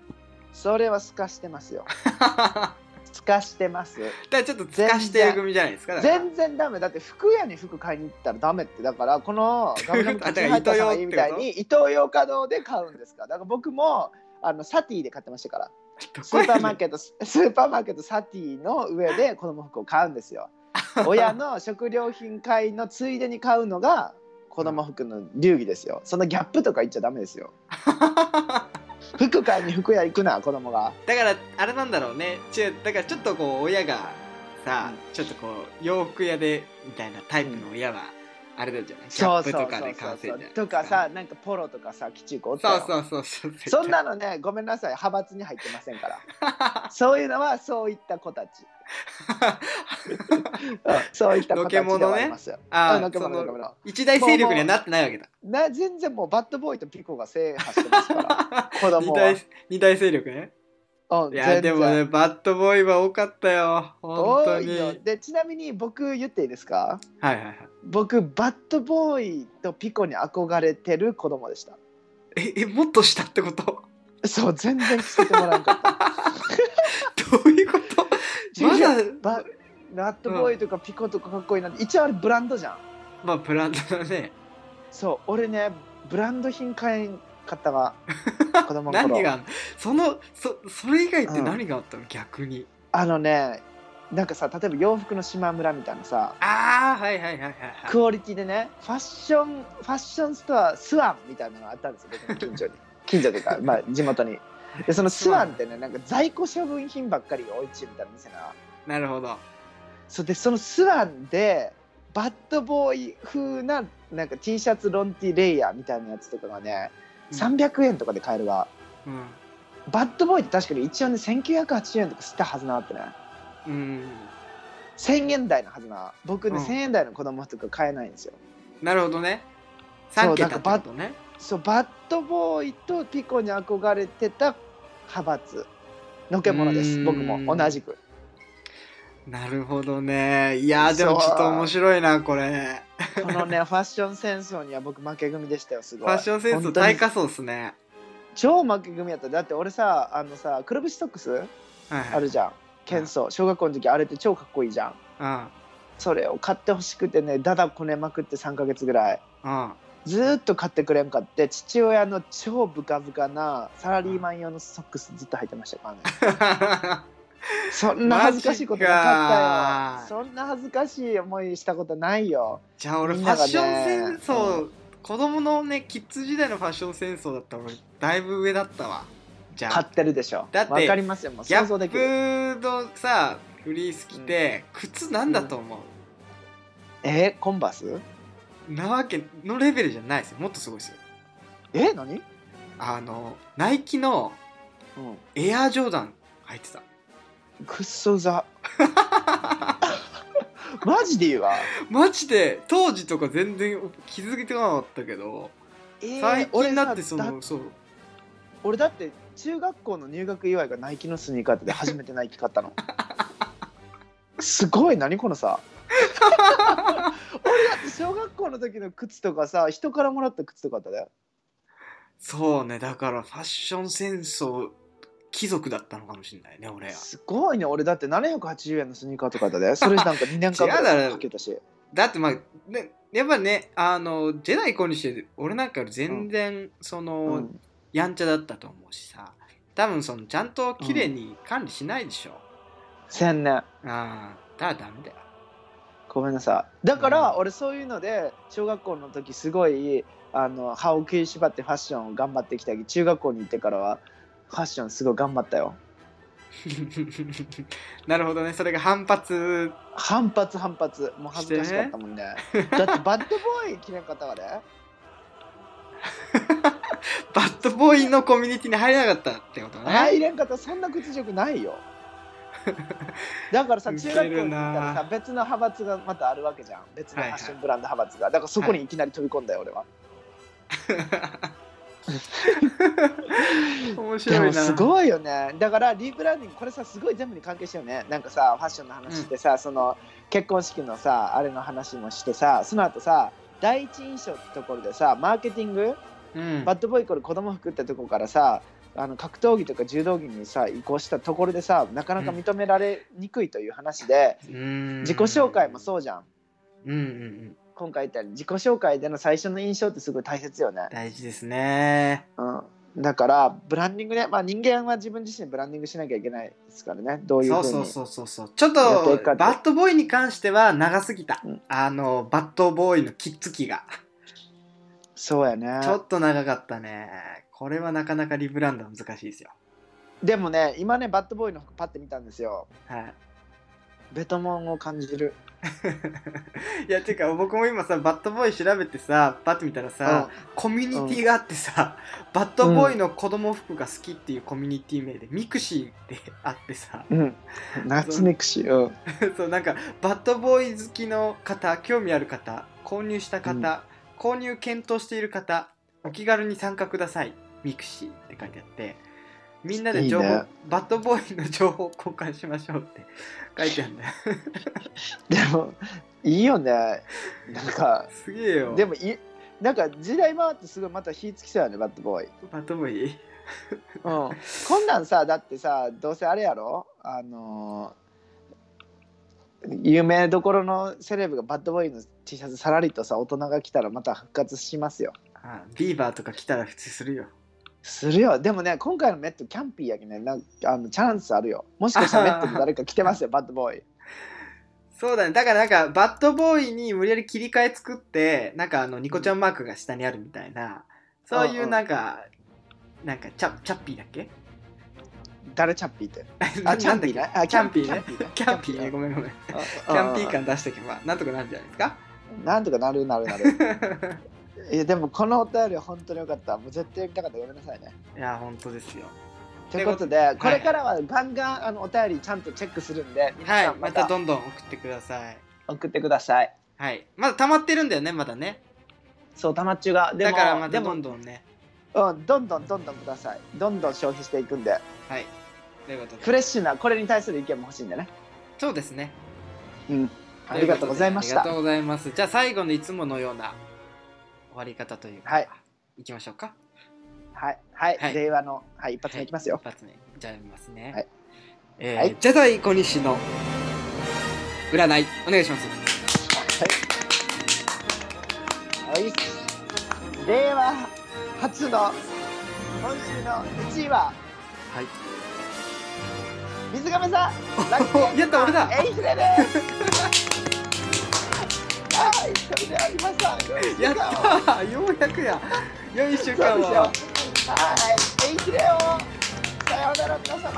S2: それは透かしてますよ
S1: だか
S2: 透かし てます
S1: らちょっと透かしてる組じゃないですか。だから
S2: 全然ダメだって服屋に服買いに行ったらダメってだからこのガムガ ム
S1: あだ
S2: 口
S1: から
S2: に入ったさんみたいにイトーヨーカドーで買うんですかだから僕もあのサティで買ってましたから
S1: ど
S2: ス
S1: こや
S2: ー
S1: ねん
S2: パーマーケットスーパーマーケットサティの上で子供服を買うんで すよ親の食料品買いのついでに買うのが子供服の流儀ですよそのギャップとか言っちゃダメで すよ服買いに服屋行くな子供が
S1: だからあれなんだろうねちゅだからちょっとこう親がさ、
S2: う
S1: ちょっとこう洋服屋でみたいなタイプの親はあれなんじゃない、キ
S2: そ
S1: ャ
S2: う
S1: ップ
S2: そうそ
S1: と
S2: う
S1: かで完成じ
S2: そ
S1: ゃ
S2: う
S1: ないです
S2: とかさなんかポロとかさきちゅう子おったよ
S1: そうそうそうそう
S2: そんなのねごめんなさい派閥に入ってませんからそういうのはそういった子たちうんそういった子たちではありますよ、
S1: あ
S2: うんの
S1: ー
S2: け
S1: そ
S2: もののけ
S1: の
S2: もの
S1: 一大勢力にはなってないわけだ
S2: な全然もうバッドボーイとピコが制覇してますから 子
S1: 二
S2: 供は
S1: 大二大勢力ね
S2: うん
S1: いや
S2: 全
S1: で
S2: 然
S1: もねバッドボーイは多かったよ本当
S2: 多
S1: に
S2: いよでちなみに僕言っていいですか
S1: はいはいはい
S2: 僕バッドボーイとピコに憧れてる子供でした
S1: ええもっと下ってこと
S2: そう全然聞いてもらわんかった
S1: どういうこと まだ
S2: ババッドボーイとかピコとかかっこいいなんて一応あれブランドじゃん
S1: まあブランドだね
S2: そう俺ねブランド品買えんかっ たわ子供の頃
S1: 何があんのそのそそれ以外って何があったの、逆に
S2: あのねなんかさ例えば洋服の島村みたいなさ
S1: ああはいはいはいはいはい
S2: クオリティでねファッションファッションストアスワンみたいなのがあったんですよ僕の近所に近所というか、まあ、地元にでそのスワンってねなんか在庫処分品ばっかりが置いちゅうみたいな店な
S1: なるほど
S2: そうでそのスワンでバッドボーイ風ななんか T シャツロンティレイヤーみたいなやつとかがね300円とかで買えるわ、
S1: うん、
S2: バッドボーイって確かに一応ね1980円とかしたはずなってね
S1: うん、
S2: 1000円台のはずな僕ね、
S1: うん
S2: 1000円台の子供とか買えないんですよ
S1: なるほどね
S2: そ
S1: 3
S2: う
S1: 桁ってことね
S2: そうバッドボーイとピコに憧れてた派閥のけ者で
S1: うー
S2: す
S1: ん
S2: 僕も同じく
S1: なるほどねいやーでもちょっと面白いなこれ
S2: このね ファッション戦争には僕負け組でしたよす
S1: フ
S2: ごい
S1: ァッションセンス
S2: 本当に
S1: 大仮想っすね
S2: 超負け組やっただって俺さあのさ黒縁ソックス
S1: はいはい
S2: あるじゃん剣装小学校の時あれって超かっこいいじゃん
S1: うん
S2: それを買ってほしくてねだだこねまくって3ヶ月ぐらい
S1: うん
S2: ずーっと買ってくれんかって父親の超ブカブカなサラリーマン用のソックスずっと履いてましたからねそんな恥ずかしいことなかったよそんな恥ずかしい思いしたことないよ
S1: じゃあ俺
S2: み
S1: フ
S2: ん
S1: ァッ
S2: ながね
S1: ションセンスを、
S2: う
S1: 子供のねキッズ時代のファッションセンスをだったら俺だいぶ上だったわじゃ
S2: 買
S1: あ
S2: ってるでしょ
S1: だ
S2: わ
S1: って
S2: かりますよもう
S1: ギャ
S2: 想像できる
S1: ップのさフリース着て、靴なんだと思う、
S2: えーコンバース
S1: なわけのレベルじゃないですよもっとすごいですよ
S2: えー何、うん、
S1: あのナイキのエアージョーダン履いてた
S2: くっそざ マジでいいわ、
S1: マジで当時とか全然気づいてこなかったけど、
S2: えー
S1: 最近になって
S2: 俺さ
S1: そ
S2: だ
S1: のそう
S2: 俺だって中学校の入学祝いがナイキのスニーカーで初めてナイキ買っ たのすごい何このさ 俺だって小学校の時の靴とかさ人からもらった靴とかあっただよ
S1: そうねだからファッションセンスを貴族だったのかもしれないね俺は
S2: すごいね俺だって780円のスニーカーとかあったでそ れなんか2年間ぐ
S1: 違う
S2: ら
S1: だ
S2: い
S1: ろ
S2: かけたし
S1: だってまあねやっぱねあのジェダイ子にして俺なんかより全然その、
S2: うん
S1: やんちゃだったと思うしさ多分そのちゃんと綺麗に管理しないでしょ、
S2: 1000年
S1: ああだからダメだよ
S2: ごめんなさいだから
S1: うん
S2: 俺そういうので小学校の時すごいあの歯を食いしばってファッションを頑張ってきたけど中学校に行ってからはファッションすごい頑張ったよ
S1: なるほどねそれが反発
S2: 反発反発もう恥ずかしかったもん ねだってバッドボーイ着なかったわね
S1: バッドボーイのコミュニティに入れなかったってことね、
S2: 入れんかったそんな屈辱な いよだからさ
S1: ウケ
S2: 中
S1: るな
S2: 学校に行ったらさ別の派閥がまたあるわけじゃん別のファッションブランド派閥がだからそこにいきなり飛び込んだよ俺は
S1: 面白
S2: でも
S1: いな
S2: すごいよねだからリブランディングこれさすごい全部に関係してるよねなんかさファッションの話してさ、その結婚式のさあれの話もしてさその後さ第一印象ってところでさマーケティング
S1: うん
S2: バッドボーイコール子供服ってとこからさあの格闘技とか柔道着にさ移行したところでさなかなか認められにくいという話で、
S1: うん
S2: 自己紹介もそうじゃん
S1: うんうんうん
S2: 今回言ったように自己紹介での最初の印象ってすごい大切よね、
S1: 大事ですね
S2: うん、だからブランディングね、まあ、人間は自分自身ブランディングしなきゃいけないですからねどういうふ
S1: そうう
S2: に
S1: そうそうそうそうちょっ
S2: やってい
S1: と
S2: くかって
S1: バッドボーイに関しては長すぎた、
S2: うん
S1: あのバッドボーイのキッズ期が
S2: そうやね
S1: ちょっと長かったねこれはなかなかリブランドは難しいですよ
S2: でもね今ねバッドボーイの服パッて見たんですよ
S1: はい
S2: ベトモンを感じる
S1: いやていうか僕も今さバッドボーイ調べてさパッと見たらさ、コミュニティがあってさ、バッドボーイの子供服が好きっていうコミュニティ名で、ミクシーってあってさ
S2: うん、うん、夏ミクシーうん
S1: そうなんかバッドボーイ好きの方興味ある方購入した方、購入検討している方お気軽に参加くださいミクシーって書いてあってみんなで情報
S2: いいね
S1: バッドボーイの情報交換しましょうって書いてあるんだよ
S2: でもいいよねなんか
S1: すげえよ
S2: でもいなんか時代回ってすごいまた火つきそうやねバッドボーイ、
S1: バッドボーイ
S2: うん、こんなんさだってさどうせあれやろあのー有名どころのセレブがバッドボーイの T シャツさらりとさ大人が来たらまた復活しますよ
S1: あビーバーとか来たら普通するよ
S2: するよでもね今回のメットキャンピーやけねなんあのチャンスあるよもしかしたらメットで誰か来 てますよバッドボーイ
S1: そうだね。だからなんか、バッドボーイに無理やり切り替え作って、なんかあの、ニコちゃんマークが下にあるみたいな、そうい
S2: うん
S1: う
S2: うん
S1: なんか、なんかチャ、チャッピーだっけ
S2: 誰チャッピーって
S1: な
S2: あチャンピーねあ
S1: キャンピーね。キ
S2: キ
S1: ャ
S2: ャ
S1: ン
S2: ン
S1: ピ
S2: ピ
S1: ー
S2: ー
S1: ね。
S2: ね
S1: ごめんごめん。キ
S2: キ
S1: ャンピー感出してけば、なんとかなるんじゃないですか
S2: なんとかなるなるなる いやでもこのお便りは本当によかったもう絶対読みたかったらごめんなさいね
S1: いや、本当ですよ。
S2: ということ
S1: はい
S2: で、これからはガンガンあのお便りちゃんとチェックするんで、皆
S1: は
S2: さ
S1: い。
S2: ん
S1: ま
S2: ま
S1: た
S2: た
S1: どんどん送ってください。
S2: 送ってください。
S1: はい。まだ溜まってるんだよね、まだね。
S2: そう、たまっちゅうが。で
S1: だ
S2: も、
S1: からま
S2: で
S1: たど
S2: も、
S1: んどんね。
S2: うん、どんどんどんどんください。どんどん消費していくんで、
S1: はい。ということ
S2: フ
S1: で。
S2: レッシュな、これに対する意見も欲しいんでね。
S1: そうですね。
S2: うん。ありがとうございまし
S1: あ
S2: た
S1: りが。とうございます。じゃあ最後のいつものような終わり方というか、
S2: はい、
S1: きましょうか。
S2: はい、はい、
S1: はい
S2: 令和の、はい、一発目いきますよ
S1: 一。発目。じゃあ読みますね。
S2: はい
S1: えー
S2: はい
S1: ジャダイ小西の占い、お願いします。
S2: はい。令和初の、今週の1位は、
S1: はい。
S2: 水亀さん、ラッキ ー
S1: やった俺だ
S2: エイフ レです。あー、一人でありました。
S1: やったーようやくや良い週
S2: そ
S1: 間
S2: うですよ
S1: を。
S2: はい、エイフレを。さようなら皆様。